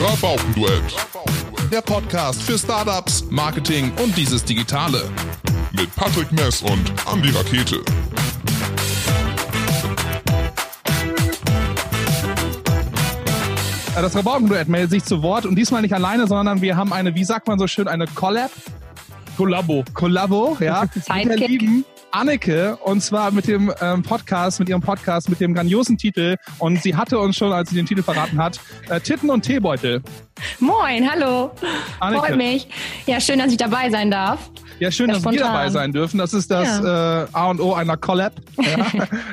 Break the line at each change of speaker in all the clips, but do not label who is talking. Rabaukenduett. Der Podcast für Startups, Marketing und dieses Digitale. Mit Patrick Mess und Andy Rakete.
Äh, Das Rabaukenduett meldet sich zu Wort und diesmal nicht alleine, sondern wir haben eine, wie sagt man so schön, eine Collab.
Kollabo.
Kollabo, ja.
Sidekick.
Mit der lieben Anneke und zwar mit dem ähm, Podcast, mit ihrem Podcast, mit dem grandiosen Titel und sie hatte uns schon, als sie den Titel verraten hat, äh, Titten und Teebeutel.
Moin, hallo.
Anneke.
Freut mich. Ja, schön, dass ich dabei sein darf.
Ja, schön,
Ja,
dass wir
spontan.
dabei sein dürfen. Das ist das äh, A und O einer Collab. Ja?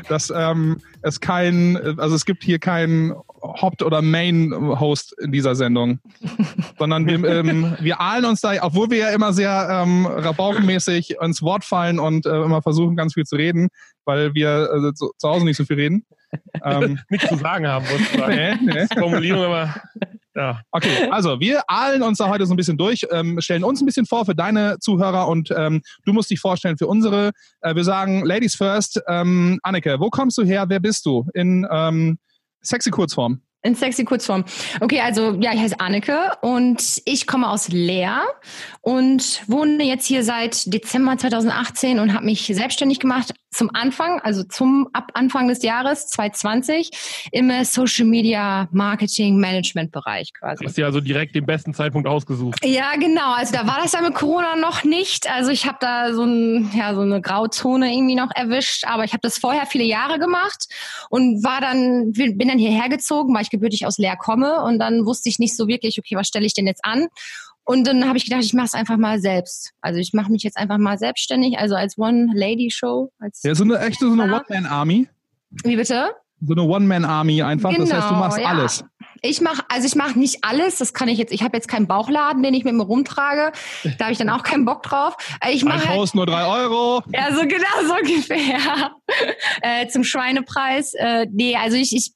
dass ähm, es kein, also es gibt hier keinen Haupt- oder Main-Host in dieser Sendung, sondern wir, ähm, wir ahlen uns da, obwohl wir ja immer sehr ähm, rabaukenmäßig ins Wort fallen und äh, immer versuchen, ganz viel zu reden, weil wir äh, zu, zu Hause nicht so viel reden. Ähm,
Nichts zu sagen haben, muss ich sagen.
nee, nee.
Formulierung, aber ja.
Okay, also wir ahlen uns da heute so ein bisschen durch, ähm, stellen uns ein bisschen vor für deine Zuhörer und ähm, du musst dich vorstellen für unsere. Äh, wir sagen Ladies first. Ähm, Anneke, wo kommst du her? Wer bist du? In ähm, sexy Kurzform.
In sexy Kurzform. Okay, also ja, ich heiße Anneke und ich komme aus Leer und wohne jetzt hier seit Dezember 2018 und habe mich selbstständig gemacht zum Anfang, also zum ab Anfang des Jahres 2020 im Social Media Marketing Management Bereich quasi.
Hast dir also direkt den besten Zeitpunkt ausgesucht.
Ja, genau. Also da war das ja mit Corona noch nicht. Also ich habe da so, ein, ja, so eine Grauzone irgendwie noch erwischt. Aber ich habe das vorher viele Jahre gemacht und war dann bin dann hierher gezogen, weil ich gebürtig aus Leer komme. Und dann wusste ich nicht so wirklich, okay, was stelle ich denn jetzt an? Und dann habe ich gedacht, ich mache es einfach mal selbst. Also ich mache mich jetzt einfach mal selbstständig, also als One-Lady-Show. Als,
Ja, so eine echte, so eine
Ja.
One-Man-Army.
Wie bitte?
So eine One-Man-Army einfach. das
Genau,
heißt, du machst
ja.
alles.
Ich mache, also ich mache nicht alles. Das kann ich jetzt. Ich habe jetzt keinen Bauchladen, den ich mit mir rumtrage. Da habe ich dann auch keinen Bock drauf. Äh, Ich mache
Ein
halt,
Post nur drei Euro.
ja so genau so ungefähr äh, zum Schweinepreis. Äh, nee, also ich, ich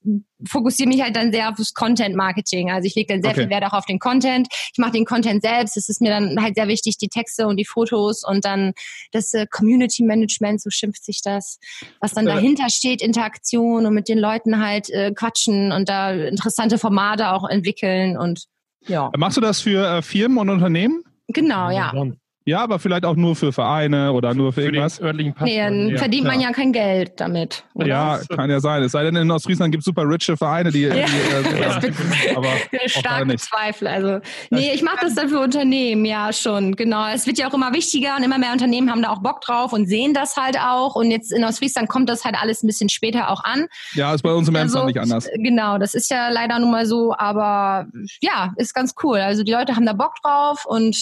fokussiere mich halt dann sehr aufs Content Marketing. Also ich lege dann sehr
Okay.
viel Wert auch auf den Content. Ich mache den Content selbst. Es ist mir dann halt sehr wichtig, die Texte und die Fotos und dann das äh, Community Management, so schimpft sich das, was dann
Äh.
dahinter steht, Interaktion und mit den Leuten halt äh, quatschen und da interessante Formate auch entwickeln und ja,
Machst du das für äh, Firmen und Unternehmen?
genau, ja.
Sonst.
Ja, aber vielleicht auch nur für Vereine oder nur für,
Für den
irgendwas.
örtlichen Pass.
Nee, dann verdient man ja kein Geld damit. oder?
Ja, kann ja sein. Es sei denn, in Ostfriesland gibt es super riche Vereine, die. die
Das
äh,
bin-
aber auch da
stark
nicht.
bezweifle. Also, nee, ich mache das dann für Unternehmen, ja, schon, genau. Es wird ja auch immer wichtiger und immer mehr Unternehmen haben da auch Bock drauf und sehen das halt auch. Und jetzt in Ostfriesland kommt das halt alles ein bisschen später auch an.
Ja, ist bei uns im Emsland nicht anders.
Genau, das ist ja leider nun mal so, aber ja, ist ganz cool. Also, die Leute haben da Bock drauf und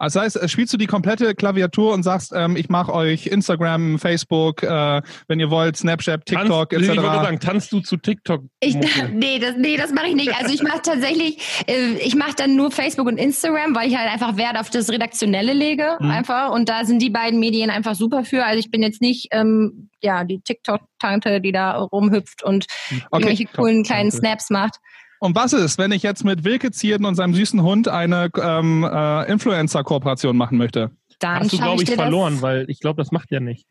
Das heißt, äh, spielst du die komplette Klaviatur und sagst, ähm, ich mache euch Instagram, Facebook, äh, wenn ihr wollt, Snapchat, TikTok
tanzt, Ich wollte
etc.
sagen, tanzt du zu TikTok?
Ich,
Mucke?
nee, das, nee, das mache ich nicht. Also ich mache tatsächlich, äh, ich mache dann nur Facebook und Instagram, weil ich halt einfach Wert auf das Redaktionelle lege
Mhm.
einfach. Und da sind die beiden Medien einfach super für. Also ich bin jetzt nicht ähm, ja, die TikTok-Tante, die da rumhüpft und irgendwelche coolen kleinen
Danke.
Snaps macht.
Und was ist, wenn ich jetzt mit Wilke Zierden und seinem süßen Hund eine ähm, äh, Influencer-Kooperation machen möchte?
Dann
Hast du,
schaue
glaube ich,
dir
verloren,
Das.
weil ich glaube, das macht ja nicht.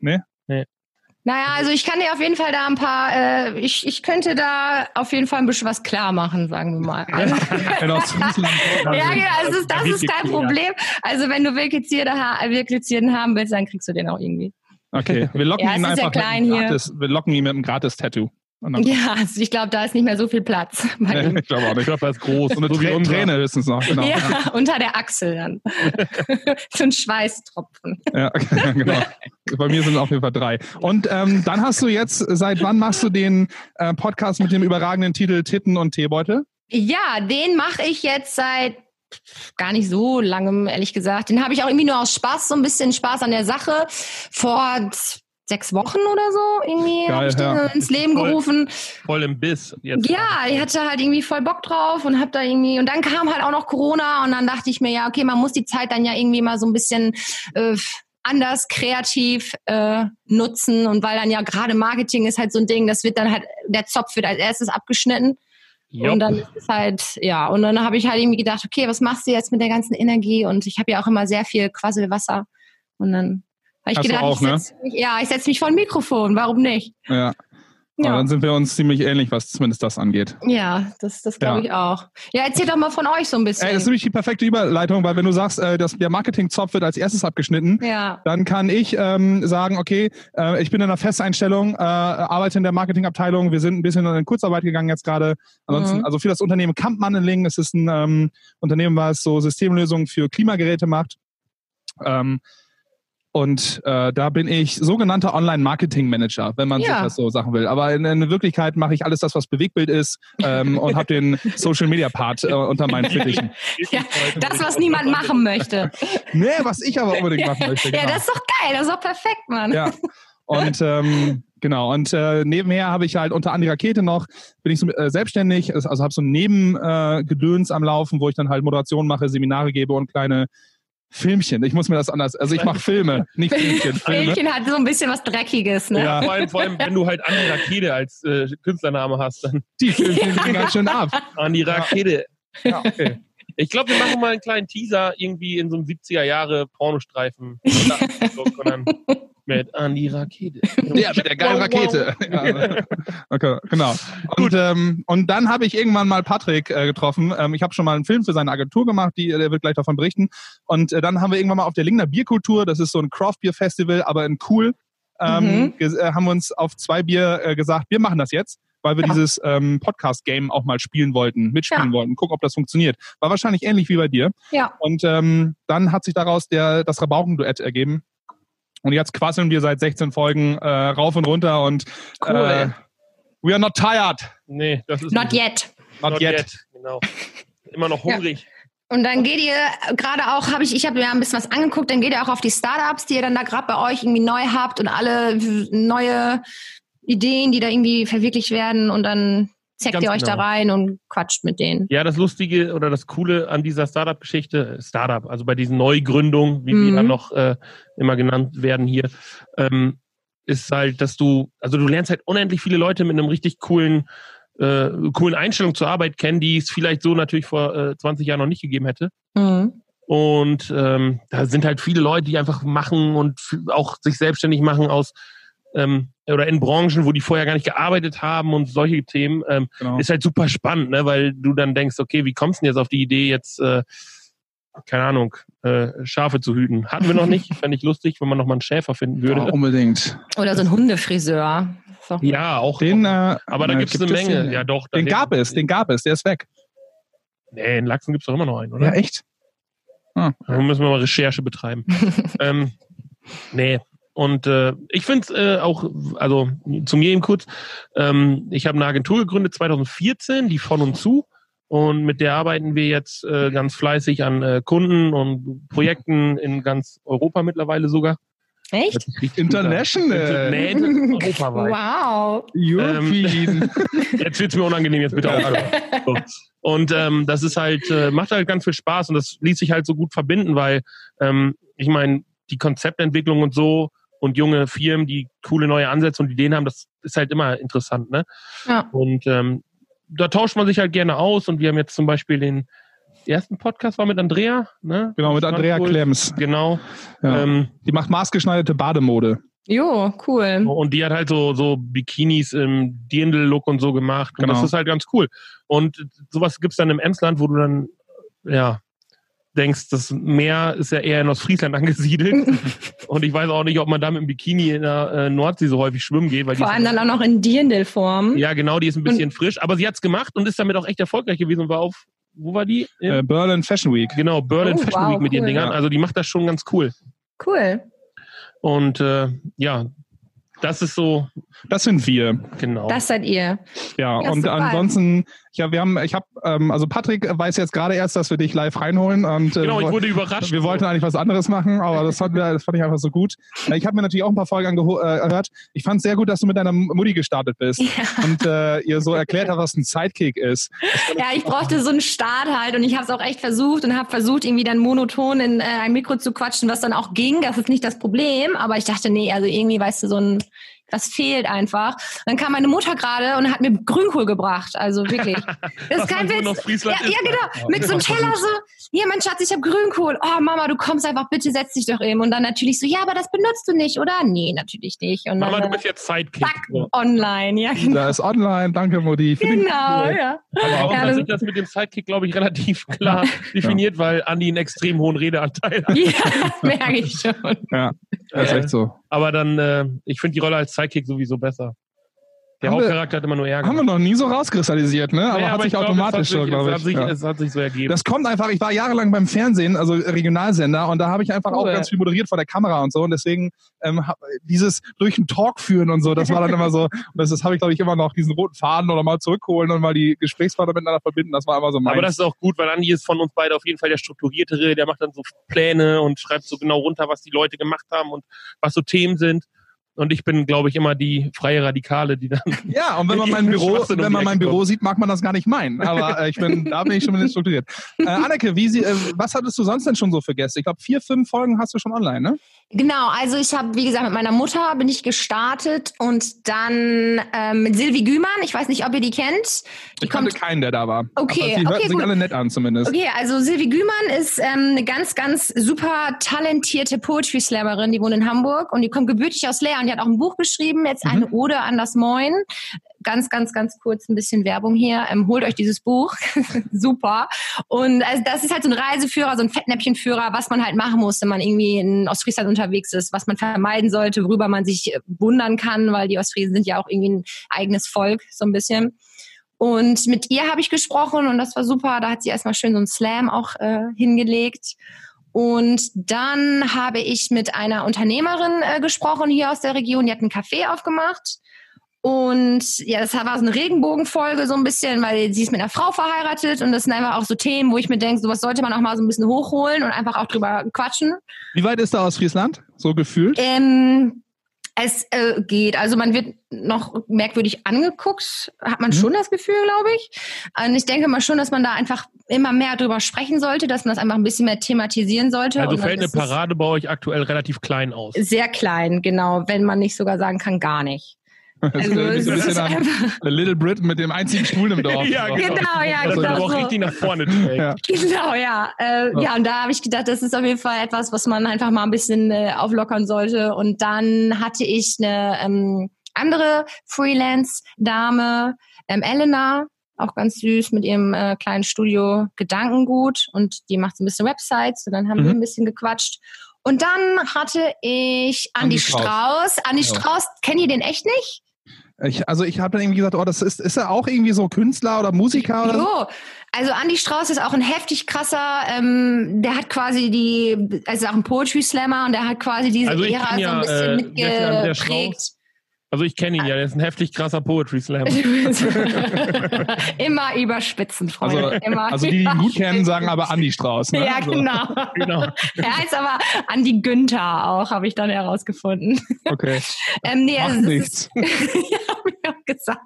Naja, also ich kann dir auf jeden Fall da ein paar, äh, ich, ich könnte da auf jeden Fall ein bisschen was klar machen, sagen wir mal. Also,
In Ostfriesland.
Ja, genau, das ist,
da
das
wird
ist dein
geklärt.
Problem. Also wenn du Wilke Zierde ha- Wilke Zierden haben willst, dann kriegst du den auch irgendwie.
Okay, wir locken
Ja, es
ihn
ist ja
einfach
klein
mit
hier.
einem gratis, wir locken ihn mit einem Gratis-Tattoo. Und dann-
Ja, also ich glaube, da ist nicht mehr so viel Platz. Bei ihm.
Nee, ich glaube auch
Ich
nicht.
glaube, das ist groß.
So eine
wie
Trä-
unser.
Träne höchstens noch. Genau.
ja, unter der Achsel dann. so ein Schweißtropfen.
Ja, genau. Bei mir sind es auf jeden Fall drei. Und ähm, dann hast du jetzt, seit wann machst du den äh, Podcast mit dem überragenden Titel Titten und Teebeutel?
Ja, den mache ich jetzt seit gar nicht so langem, ehrlich gesagt. Den habe ich auch irgendwie nur aus Spaß, so ein bisschen Spaß an der Sache. Vor z- sechs Wochen oder so irgendwie
Geil,
habe ich den
ja.
so ins Leben
Voll.
gerufen.
Voll im Biss. Jetzt.
Ja, ich hatte halt irgendwie voll Bock drauf und hab da irgendwie und dann kam halt auch noch Corona und dann dachte ich mir ja, okay, man muss die Zeit dann ja irgendwie mal so ein bisschen äh, anders kreativ äh, nutzen und weil dann ja gerade Marketing ist halt so ein Ding, das wird dann halt der Zopf wird als erstes abgeschnitten
Jupp.
und dann ist es halt ja und dann habe ich halt irgendwie gedacht, okay, was machst du jetzt mit der ganzen Energie und ich habe ja auch immer sehr viel Quasselwasser und dann habe ich
Hast du
gedacht,
auch, ne?
ich setz mich, ja, ich setze mich vor ein Mikrofon, warum nicht?
Ja. Ja. Aber dann sind wir uns ziemlich ähnlich, was zumindest das angeht.
Ja, das, das glaube ich auch. Ja, erzähl doch mal von euch so ein bisschen.
Ey, das Äh, ist nämlich die perfekte Überleitung, weil wenn du sagst, äh, dass der Marketing-Zopf wird als erstes abgeschnitten,
ja.
dann kann ich ähm, sagen, okay, äh, ich bin in einer Festeinstellung, äh, arbeite in der Marketingabteilung, wir sind ein bisschen in Kurzarbeit gegangen jetzt gerade. Ansonsten,
Mhm.
also für das Unternehmen Kampmann in Lingen, es ist ein ähm, Unternehmen, was so Systemlösungen für Klimageräte macht. Ähm, und äh, da bin ich sogenannter Online-Marketing-Manager, wenn man
Ja.
sich das so sagen will. Aber in, in Wirklichkeit mache ich alles das, was Bewegtbild ist ähm, und habe den Social-Media-Part äh, unter meinen Fittichen.
Ja, Das, was niemand machen möchte.
Nee, was ich aber unbedingt machen möchte.
Ja,
genau.
das ist doch geil, das ist doch perfekt, Mann.
Ja. Und ähm, genau, und äh, nebenher habe ich halt unter Andi Rakete noch, bin ich so, äh, selbstständig, also habe so ein Nebengedöns äh, Gedöns am Laufen, wo ich dann halt Moderation mache, Seminare gebe und kleine Filmchen. Ich muss mir das anders, also ich mache Filme, nicht Filmchen, Filme.
Bildchen hat so ein bisschen was Dreckiges, ne?
Ja.
Vor allem, vor allem, wenn du halt Andi Rakete als äh, Künstlername hast, dann
Die Filmchen sind ganz schön ab.
Andi Rakete.
Ja, okay.
Ich glaube, wir machen mal einen kleinen Teaser irgendwie in so einem 70er Jahre Pornostreifen. Und dann mit Andi Rakete.
Ja, mit der geilen
Wow, wow.
Rakete. Ja. Okay, genau. Und, ähm, und dann habe ich irgendwann mal Patrick äh, getroffen. Ähm, ich habe schon mal einen Film für seine Agentur gemacht, die, der wird gleich davon berichten. Und äh, dann haben wir irgendwann mal auf der Lingner Bierkultur, das ist so ein Craft Beer Festival, aber in cool, ähm, ges- äh, haben wir uns auf zwei Bier äh, gesagt, wir machen das jetzt, weil wir
Ja.
dieses ähm, Podcast-Game auch mal spielen wollten, mitspielen
Ja.
wollten, gucken, ob das funktioniert. War wahrscheinlich ähnlich wie bei dir.
Ja.
Und ähm, dann hat sich daraus der, das Rabauken-Duett ergeben. Und jetzt quasseln wir seit 16 Folgen äh, rauf und runter und
Cool,
äh,
ey.
we are not tired,
Nee, das ist
Not yet.
not, yet.
Genau. Immer noch hungrig.
Und dann geht ihr gerade auch, habe ich, ich habe mir ein bisschen was angeguckt, dann geht ihr auch auf die Startups, die ihr dann da gerade bei euch irgendwie neu habt und alle w- neue Ideen, die da irgendwie verwirklicht werden und dann zeckt
Ganz
ihr euch da
genau.
rein und quatscht mit denen.
Ja, das Lustige oder das Coole an dieser Startup-Geschichte, äh, Startup, also bei diesen Neugründungen, wie die
Mhm.
ja noch äh, immer genannt werden hier, ähm, ist halt, dass du, also du lernst halt unendlich viele Leute mit einem richtig coolen, äh, coolen Einstellung zur Arbeit kennen, die es vielleicht so natürlich vor äh, 20 Jahren noch nicht gegeben hätte.
Mhm.
Und ähm, da sind halt viele Leute, die einfach machen und f- auch sich selbstständig machen aus ähm, oder in Branchen, wo die vorher gar nicht gearbeitet haben und solche Themen. Ähm,
Genau.
Ist halt super spannend, ne? weil du dann denkst, okay, wie kommst du denn jetzt auf die Idee, jetzt, äh, keine Ahnung, äh, Schafe zu hüten? Hatten wir noch nicht, fände ich lustig, wenn man nochmal einen Schäfer finden
Ja,
würde.
unbedingt.
Oder so ein Hundefriseur. Ist doch-
Ja, auch.
Den, äh,
aber da
äh,
gibt's
gibt
eine Menge.
Den,
ja, doch. da-
den gab es, den gab es, der ist weg.
Nee, in Sachsen gibt's doch immer noch einen, oder?
Ja, echt?
Da müssen wir mal Recherche betreiben. ähm, nee. Und äh, ich finde es äh, auch, also zum jedem kurz, ähm, ich habe eine Agentur gegründet 2014, die von und zu. Und mit der arbeiten wir jetzt äh, ganz fleißig an äh, Kunden und Projekten in ganz Europa mittlerweile sogar.
Echt?
International.
Nee, europaweit.
Wow.
Ähm,
European.
Jetzt wird's mir unangenehm, jetzt bitte aufhören. So. Und ähm, das ist halt, äh, macht halt ganz viel Spaß und das ließ sich halt so gut verbinden, weil ähm, ich meine, die Konzeptentwicklung und so und junge Firmen, die coole neue Ansätze und Ideen haben, das ist halt immer interessant, ne?
Ja.
Und ähm, da tauscht man sich halt gerne aus und wir haben jetzt zum Beispiel den ersten Podcast war mit Andrea, ne?
genau, mit Andrea
Cool.
Klemms.
Genau.
Ja.
Ähm,
Die macht maßgeschneiderte Bademode.
Jo,
Mhm.
cool.
Und die hat halt so, so Bikinis im Dirndl-Look und so gemacht. Und
Genau.
das ist halt ganz cool. Und sowas gibt's dann im Emsland, wo du dann, ja, denkst, das Meer ist ja eher in Ostfriesland angesiedelt. und ich weiß auch nicht, ob man da mit dem Bikini in der äh, Nordsee so häufig schwimmen geht. Weil die
Vor
ist-
allem dann auch noch in Dirndl-Form.
Ja, genau, die ist ein bisschen frisch. Aber sie hat's gemacht und ist damit auch echt erfolgreich gewesen und war auf, wo war die? In-
Äh, Berlin Fashion Week.
Genau, Berlin
Oh,
Fashion
wow,
Week mit ihren
cool.
Dingern.
Ja.
Also die macht das schon ganz cool.
Cool.
Und äh, ja, das ist so,
Das sind wir.
genau.
Das seid ihr.
Ja,
Ja,
und
super.
ansonsten, ja, wir haben, ich habe, ähm, also Patrick weiß jetzt gerade erst, dass wir dich live reinholen und äh,
Genau, ich
woll-
wurde überrascht.
wir wollten eigentlich was anderes machen, aber das fand, wir, das fand ich einfach so gut. Äh, Ich habe mir natürlich auch ein paar Folgen angeho- äh, gehört. Ich fand es sehr gut, dass du mit deiner Mutti gestartet bist und äh, ihr so erklärt hast, was ein Sidekick ist.
Ja, ich brauchte so einen Start halt und ich habe es auch echt versucht und habe versucht, irgendwie dann monoton in äh, ein Mikro zu quatschen, was dann auch ging. Das ist nicht das Problem, aber ich dachte, nee, also irgendwie, weißt du, so ein Das fehlt einfach. Dann kam meine Mutter gerade und hat mir Grünkohl gebracht. Also wirklich. Das ist kein Witz. Ja, ja,
Oh,
genau. Mit so einem Teller so, hier, mein Schatz, ich habe Grünkohl. Oh, Mama, du kommst einfach, bitte setz dich doch eben. Und dann natürlich so, ja, aber das benutzt du nicht, oder? Nee, natürlich nicht. Und dann,
Mama, du
äh,
bist jetzt Sidekick.
zack,
So.
online. Ja, genau.
Da ist online, danke Modi. Für den-
Genau, ja.
Aber auch,
Ja,
da
das-
sind das mit dem Sidekick, glaube ich, relativ klar definiert, weil Andi einen extrem hohen Redeanteil hat.
Ja, merke ich schon.
Ja, das ist
Äh,
echt so.
Aber dann, äh, ich finde die Rolle als Sidekick sowieso besser. Der
Haben wir-
Hauptcharakter hat immer nur Ärger.
Haben wir noch nie so rauskristallisiert, ne? Aber
Naja,
hat sich
genau. ich glaube,
automatisch
es
so,
hat sich-
glaube ich.
es hat sich-
ja.
Es hat sich so ergeben.
Das kommt einfach, ich war jahrelang beim Fernsehen, also Regionalsender, und da habe ich einfach auch
Cool.
ganz viel moderiert vor der Kamera und so. Und deswegen ähm, hab- dieses durch einen Talk führen und so, das war dann immer so, und das, das habe ich, glaube ich, immer noch, diesen roten Faden oder mal zurückholen und mal die Gesprächspartner miteinander verbinden. Das war immer so mein.
Aber das ist auch gut, weil Andi ist von uns beide auf jeden Fall der strukturiertere, der macht dann so Pläne und schreibt so genau runter, was die Leute gemacht haben und was so Themen sind. Und ich bin, glaube ich, immer die freie Radikale, die dann.
ja, und wenn man mein Büro,
Schwachsinn um
wenn man
die
mein
Ecke
Büro sieht, mag man das gar nicht meinen. Aber äh, ich bin, da bin ich schon ein bisschen strukturiert. Äh, Anneke, wie sie, äh, was hattest du sonst denn schon so für Gäste? Ich glaube, vier, fünf Folgen hast du schon online, ne?
Genau, also ich habe, wie gesagt, mit meiner Mutter bin ich gestartet und dann ähm, mit Silvi Gümann, ich weiß nicht, ob ihr die kennt. Die
Ich kannte keinen, der da war.
Okay,
Aber sie hört-
okay,
singen
gut.
alle nett an zumindest.
Okay, also Silvi Gümann ist ähm, eine ganz, ganz super talentierte Poetry Slammerin, die wohnt in Hamburg und die kommt gebürtig aus Leer und die hat auch ein Buch geschrieben, jetzt eine Ode an das Moin. Ganz, ganz, ganz kurz ein bisschen Werbung hier. Ähm, holt euch dieses Buch. super. Und also das ist halt so ein Reiseführer, so ein Fettnäpfchenführer, was man halt machen muss, wenn man irgendwie in Ostfriesland unterwegs ist, was man vermeiden sollte, worüber man sich äh, wundern kann, weil die Ostfriesen sind ja auch irgendwie ein eigenes Volk, so ein bisschen. Und mit ihr habe ich gesprochen und das war super. Da hat sie erstmal schön so einen Slam auch äh, hingelegt. Und dann habe ich mit einer Unternehmerin äh, gesprochen hier aus der Region. Die hat einen Café aufgemacht. Und ja, das war so eine Regenbogenfolge so ein bisschen, weil sie ist mit einer Frau verheiratet und das sind einfach auch so Themen, wo ich mir denke, sowas sollte man auch mal so ein bisschen hochholen und einfach auch drüber quatschen.
Wie weit ist da aus Friesland? So gefühlt?
Ähm, es äh, geht. Also man wird noch merkwürdig angeguckt, hat man
Mhm.
schon das Gefühl, glaube ich. Und ich denke mal schon, dass man da einfach immer mehr drüber sprechen sollte, dass man das einfach ein bisschen mehr thematisieren sollte.
Also
Und dann
fällt eine
ist es
Parade bei euch aktuell relativ klein aus.
Sehr klein, genau, wenn man nicht sogar sagen kann, gar nicht.
Das
Also,
ist
es
ein
ist
bisschen an
einfach,
Little Britain mit dem einzigen Schwulen im Dorf.
Ja,
So.
genau.
genau, ja,
Das
Also,
aber
genau.
auch
so.
richtig nach vorne trägt.
Ja.
Genau, ja. Äh, ja. und da habe ich gedacht, das ist auf jeden Fall etwas, was man einfach mal ein bisschen äh, auflockern sollte. Und dann hatte ich eine ähm, andere Freelance-Dame, ähm, Elena, auch ganz süß mit ihrem äh, kleinen Studio Gedankengut und die macht so ein bisschen Websites und dann haben
Mhm.
wir ein bisschen gequatscht. Und dann hatte ich Andi,
Andi
Strauß. Andi
Ja.
Strauß, kennt ihr den echt nicht? Genau.
Ich, also ich habe dann irgendwie gesagt, oh, das ist, ist er auch irgendwie so Künstler oder Musiker oder so?
Jo, also Andy Strauß ist auch ein heftig krasser, ähm, der hat quasi die, also auch ein Poetry Slammer und der hat quasi diese
Also ich
Ära
kenn ja,
so ein
äh, wer ist denn Andreas
bisschen mitgeprägt.
Also ich kenne ihn ja, der ist ein heftig krasser Poetry Slammer.
immer überspitzen, Freunde.
Also-
immer
Also die, die ihn gut kennen,
überspitzen.
sagen aber Andi Strauß. Ne?
Ja,
Also,
genau.
genau.
Er heißt aber Andi Günther auch, habe ich dann herausgefunden.
Okay,
Ähm, nee,
macht
es ist-
nichts.
ja, hab ich auch gesagt.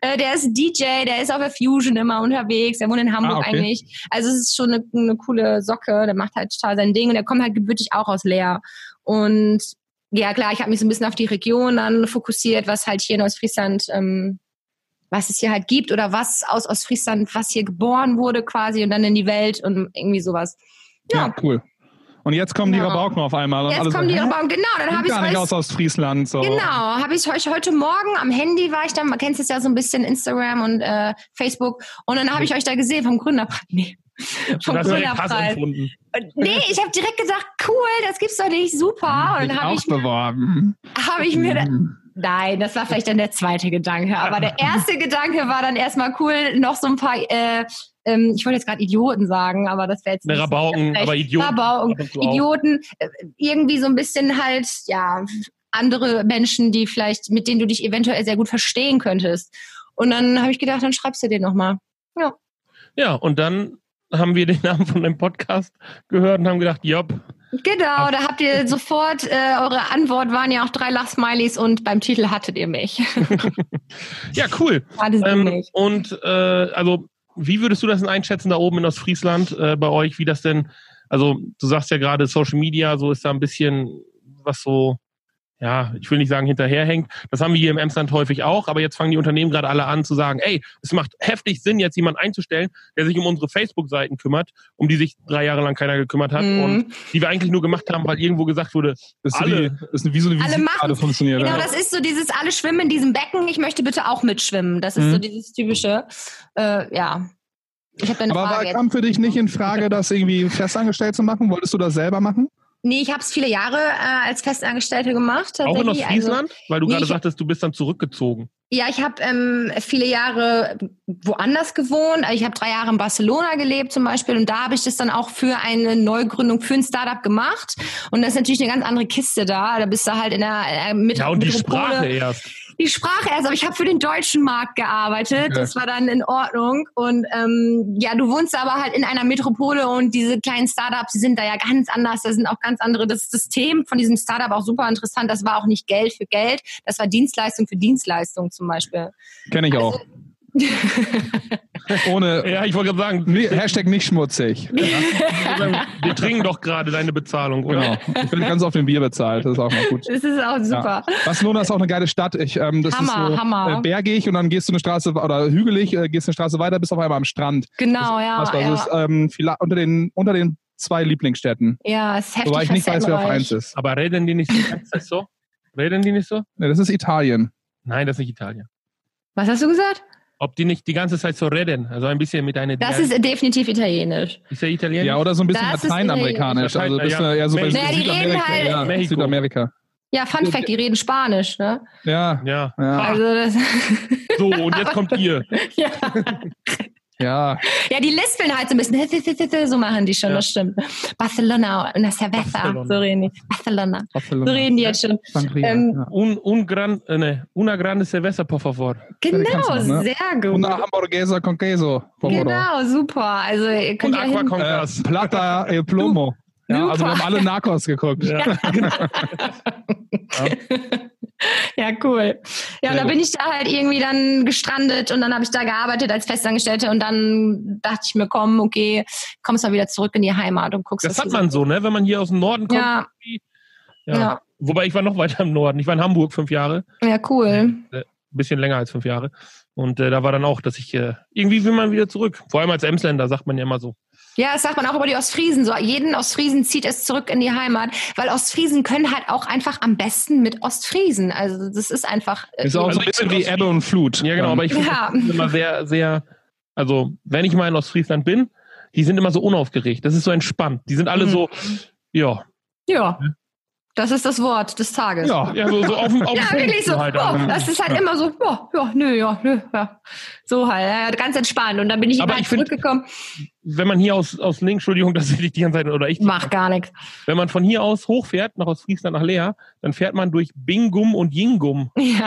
Äh, der ist DJ, der ist auf der Fusion immer unterwegs, der wohnt in Hamburg
Ah, okay.
eigentlich. Also es ist schon eine, eine coole Socke, der macht halt total sein Ding und der kommt halt gebürtig auch aus Leer. Und ja klar, ich habe mich so ein bisschen auf die Region dann fokussiert, was halt hier in Ostfriesland, ähm, was es hier halt gibt oder was aus Ostfriesland, was hier geboren wurde quasi und dann in die Welt und irgendwie sowas. Ja,
Ja, cool. Und jetzt kommen die
Genau.
Rabauken auf einmal. Und
jetzt
alle
kommen die
so,
Baum. Genau, dann
Rabauken.
habe ich
gar nicht
euch
aus Ostfriesland. So.
Genau, habe ich euch heute Morgen am Handy war ich dann, man kennt es ja so ein bisschen, Instagram und äh, Facebook. Und dann habe ich euch da gesehen vom Gründerpreis. Nee. Vom
Das ist ein Hass
Gründerpreis.
empfunden.
Und Nee, ich habe direkt gesagt, cool, das gibt's doch nicht, super. Und
Bin
dann
auch
habe ich,
beworben.
hab ich mir, da- nein, das war vielleicht dann der zweite Gedanke. Aber der erste Gedanke war dann erstmal cool, noch so ein paar, äh, ähm, ich wollte jetzt gerade Idioten sagen, aber das wäre jetzt
Ne,
nicht-
Rabauken,
Vielleicht
aber Idioten.
Rabauken,
ab und zu auch.
Idioten, äh, irgendwie so ein bisschen halt, ja, andere Menschen, die vielleicht, mit denen du dich eventuell sehr gut verstehen könntest. Und dann habe ich gedacht, dann schreibst du den nochmal.
Ja, und dann haben wir den Namen von dem Podcast gehört und haben gedacht, jopp,
Genau, da habt ihr sofort, äh, eure Antwort waren ja auch drei Lachsmileys und beim Titel hattet ihr mich.
ja, cool.
Alles
Ähm,
nicht.
und äh, also, wie würdest du das denn einschätzen da oben in Ostfriesland äh, bei euch, wie das denn, also du sagst ja gerade Social Media, so ist da ein bisschen was so ja, ich will nicht sagen hinterherhängt. Das haben wir hier im Emsland häufig auch, aber jetzt fangen die Unternehmen gerade alle an zu sagen, ey, es macht heftig Sinn, jetzt jemand einzustellen, der sich um unsere Facebook-Seiten kümmert, um die sich drei Jahre lang keiner gekümmert hat
Mhm.
und die wir eigentlich nur gemacht haben, weil irgendwo gesagt wurde,
Ist
alle,
Wie, ist wie so eine
Alle
Visitenkarte
machen's.
funktioniert.
Genau,
ja.
das ist so dieses alle schwimmen in diesem Becken, ich möchte bitte auch mitschwimmen. Das ist
Mhm.
so dieses typische, äh, ja. Ich habe da eine
Aber war,
Frage jetzt.
kam für dich nicht in Frage, das irgendwie festangestellt zu machen? Wolltest du das selber machen?
Nee, ich habe es viele Jahre äh, als Festangestellte gemacht.
auch
tatsächlich.
in
Also,
Ostfriesland, weil du
Nee,
gerade
ich-
sagtest, du bist dann zurückgezogen.
Ja, ich habe ähm, viele Jahre woanders gewohnt. Also Ich habe drei Jahre in Barcelona gelebt zum Beispiel und da habe ich das dann auch für eine Neugründung, für ein Startup gemacht. Und das ist natürlich eine ganz andere Kiste da. Da bist du halt in der äh, mit
Ja, und die
Metropole.
Sprache erst.
Die Sprache erst, aber ich habe für den deutschen Markt gearbeitet.
Ja.
Das war dann in Ordnung. Und ähm, ja, du wohnst aber halt in einer Metropole und diese kleinen Startups, die sind da ja ganz anders. Da sind auch ganz andere. Das System von diesem Startup auch super interessant. Das war auch nicht Geld für Geld. Das war Dienstleistung für Dienstleistung zum Beispiel.
Kenne ich
Also
auch. Ohne
Ja, ich wollte gerade sagen,
nee, Hashtag nicht schmutzig.
wir trinken doch gerade deine Bezahlung, oder?
Genau. Ich bin ganz auf den Bier bezahlt. Das ist auch mal gut.
Das ist auch super.
Barcelona ist auch eine geile Stadt. Ich, ähm, das
Hammer,
ist so,
Hammer.
Äh, bergig und dann gehst du eine Straße oder hügelig, äh, gehst eine Straße weiter, bist auf einmal am Strand.
Genau,
Das,
ja.
das
Ja,
ist ähm, vila- unter, den, unter den zwei Lieblingsstädten.
ja ist heftig.
Wobei ich nicht weiß, wer auf
facettenreich.
eins ist.
Aber reden die nicht so? Ist das so? Reden die nicht so?
Nee, das ist Italien.
Nein, das ist nicht Italien.
Was hast du gesagt?
Ob die nicht die ganze Zeit so reden, also ein bisschen mit einer
Das ist definitiv italienisch.
ist ja Italienisch.
Ja, oder so ein bisschen
Das ist
lateinamerikanisch.
Italienisch.
Also bist du eher so bei
Naja,
die reden
Südamerika.
halt-
ja,
Mexiko.
Südamerika.
Ja, Fun Fact, die reden Spanisch, ne?
Ja,
ja.
Ja.
Ha,
Also das,
so, und jetzt kommt ihr.
ja.
ja.
Ja, die lispeln halt so ein bisschen. So machen die schon,
Ja.
das stimmt. Barcelona, una cerveza.
Barcelona.
So reden die. Barcelona. So
Barcelona.
reden die jetzt schon.
Sangria,
Ähm,
ja.
Un, un gran, äh, ne, una grande cerveza, por favor.
kannst
Genau,
du noch, ne?
sehr gut.
Una hamburguesa con queso. Pomodoro.
Genau, super. Also ihr
Und
könnt ja
Aqua
hin.
con
Äh,
Gas.
Plata e Plomo. Ja,
Super.
also wir haben alle Narcos geguckt.
Ja.
Ja, cool. Ja,
Sehr
und da
gut.
bin ich da halt irgendwie dann gestrandet und dann habe ich da gearbeitet als Festangestellte und dann dachte ich mir, komm, okay, kommst mal wieder zurück in die Heimat und guckst
Das
was
hat
du
man so, ne? Wenn man hier aus dem Norden kommt.
Ja,
Ja.
ja,
Wobei ich war noch weiter im Norden. Ich war in Hamburg fünf Jahre,
ja, cool.
ein bisschen länger als fünf Jahre. Und äh, da war dann auch, dass ich äh, irgendwie will man wieder zurück. Vor allem als Emsländer sagt man ja immer so.
Ja, das sagt man auch über die Ostfriesen. So, jeden Ostfriesen zieht es zurück in die Heimat, weil Ostfriesen können halt auch einfach am besten mit Ostfriesen. Also das ist einfach. äh,
Ist auch so ein bisschen wie Ebbe und Flut.
Ja, genau, aber ich finde
Ja.
das immer sehr, sehr, also wenn ich mal in Ostfriesland bin, die sind immer so unaufgeregt. Das ist so entspannt. Die sind alle
Mhm.
so, ja,
Ja, das ist das Wort des Tages.
Ja.
ja so, so auf dem auf
Ja, wirklich so.
Halt
oh,
einfach.
das ist halt immer so, ja, ja, nö, ja, nö, ja. So halt, ja, ganz entspannt. Und dann bin ich
Aber
immer halt
ich find-
zurückgekommen.
Wenn man hier aus, aus links, Entschuldigung, dass ich die ganze Zeit, oder ich,
Mach gar nichts.
wenn man von hier aus hochfährt, nach Ostfriesland, nach Lea, dann fährt man durch Bingum und Jingum.
Ja.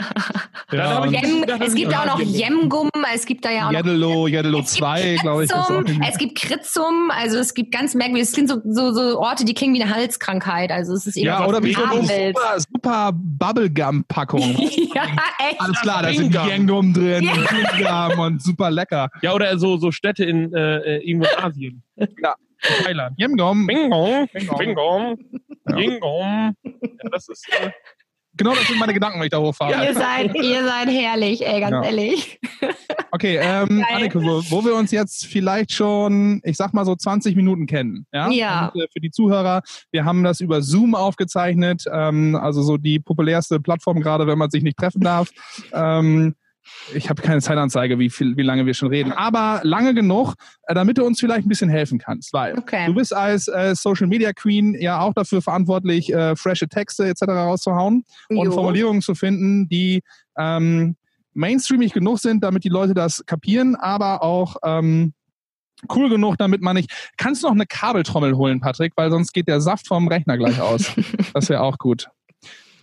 Dann hab
und
ich-
Jem,
dachte,
es gibt
ja,
auch noch Jemgum,
Jemgum.
es gibt da ja auch noch
Jeddelo, Jeddelo
Es gibt
2, glaube ich. ist auch
Kritzum,
irgendwie-
es gibt Kritzum, also es gibt ganz merkwürdig, es klingt so, so, so Orte, die klingen wie eine Halskrankheit. Also es ist
ja,
irgendwas
oder wie so eine
Abends.
super, super Bubblegum-Packung.
ja, echt.
Alles klar, da sind
Bingum.
Gangum drin und Bingum und super lecker.
Ja, oder so, so Städte in äh, äh, irgendwo in Asien.
Ja.
In Thailand.
Jamgum.
Bingum,
Bingum.
Bingum, Jingum. Ja, das ist, äh,
Genau das sind meine Gedanken, wenn ich da hochfahre.
Ihr seid, ihr seid herrlich, ey, ganz
Ja.
ehrlich.
Okay, ähm,
Geil.
Anneke, wo, wo wir uns jetzt vielleicht schon, ich sag mal so 20 Minuten kennen. Ja.
Ja.
Und, äh, für die Zuhörer, wir haben das über Zoom aufgezeichnet, ähm, also so die populärste Plattform gerade, wenn man sich nicht treffen darf. ähm, ich habe keine Zeitanzeige, wie, viel, wie lange wir schon reden, aber lange genug, äh, damit du uns vielleicht ein bisschen helfen kannst, weil
Okay.
du bist als äh, Social Media Queen ja auch dafür verantwortlich, äh, frische Texte etc. rauszuhauen und
Jo.
Formulierungen zu finden, die ähm, mainstreamig genug sind, damit die Leute das kapieren, aber auch ähm, cool genug, damit man nicht. Kannst du noch eine Kabeltrommel holen, Patrick, weil sonst geht der Saft vom Rechner gleich aus. das wäre auch gut.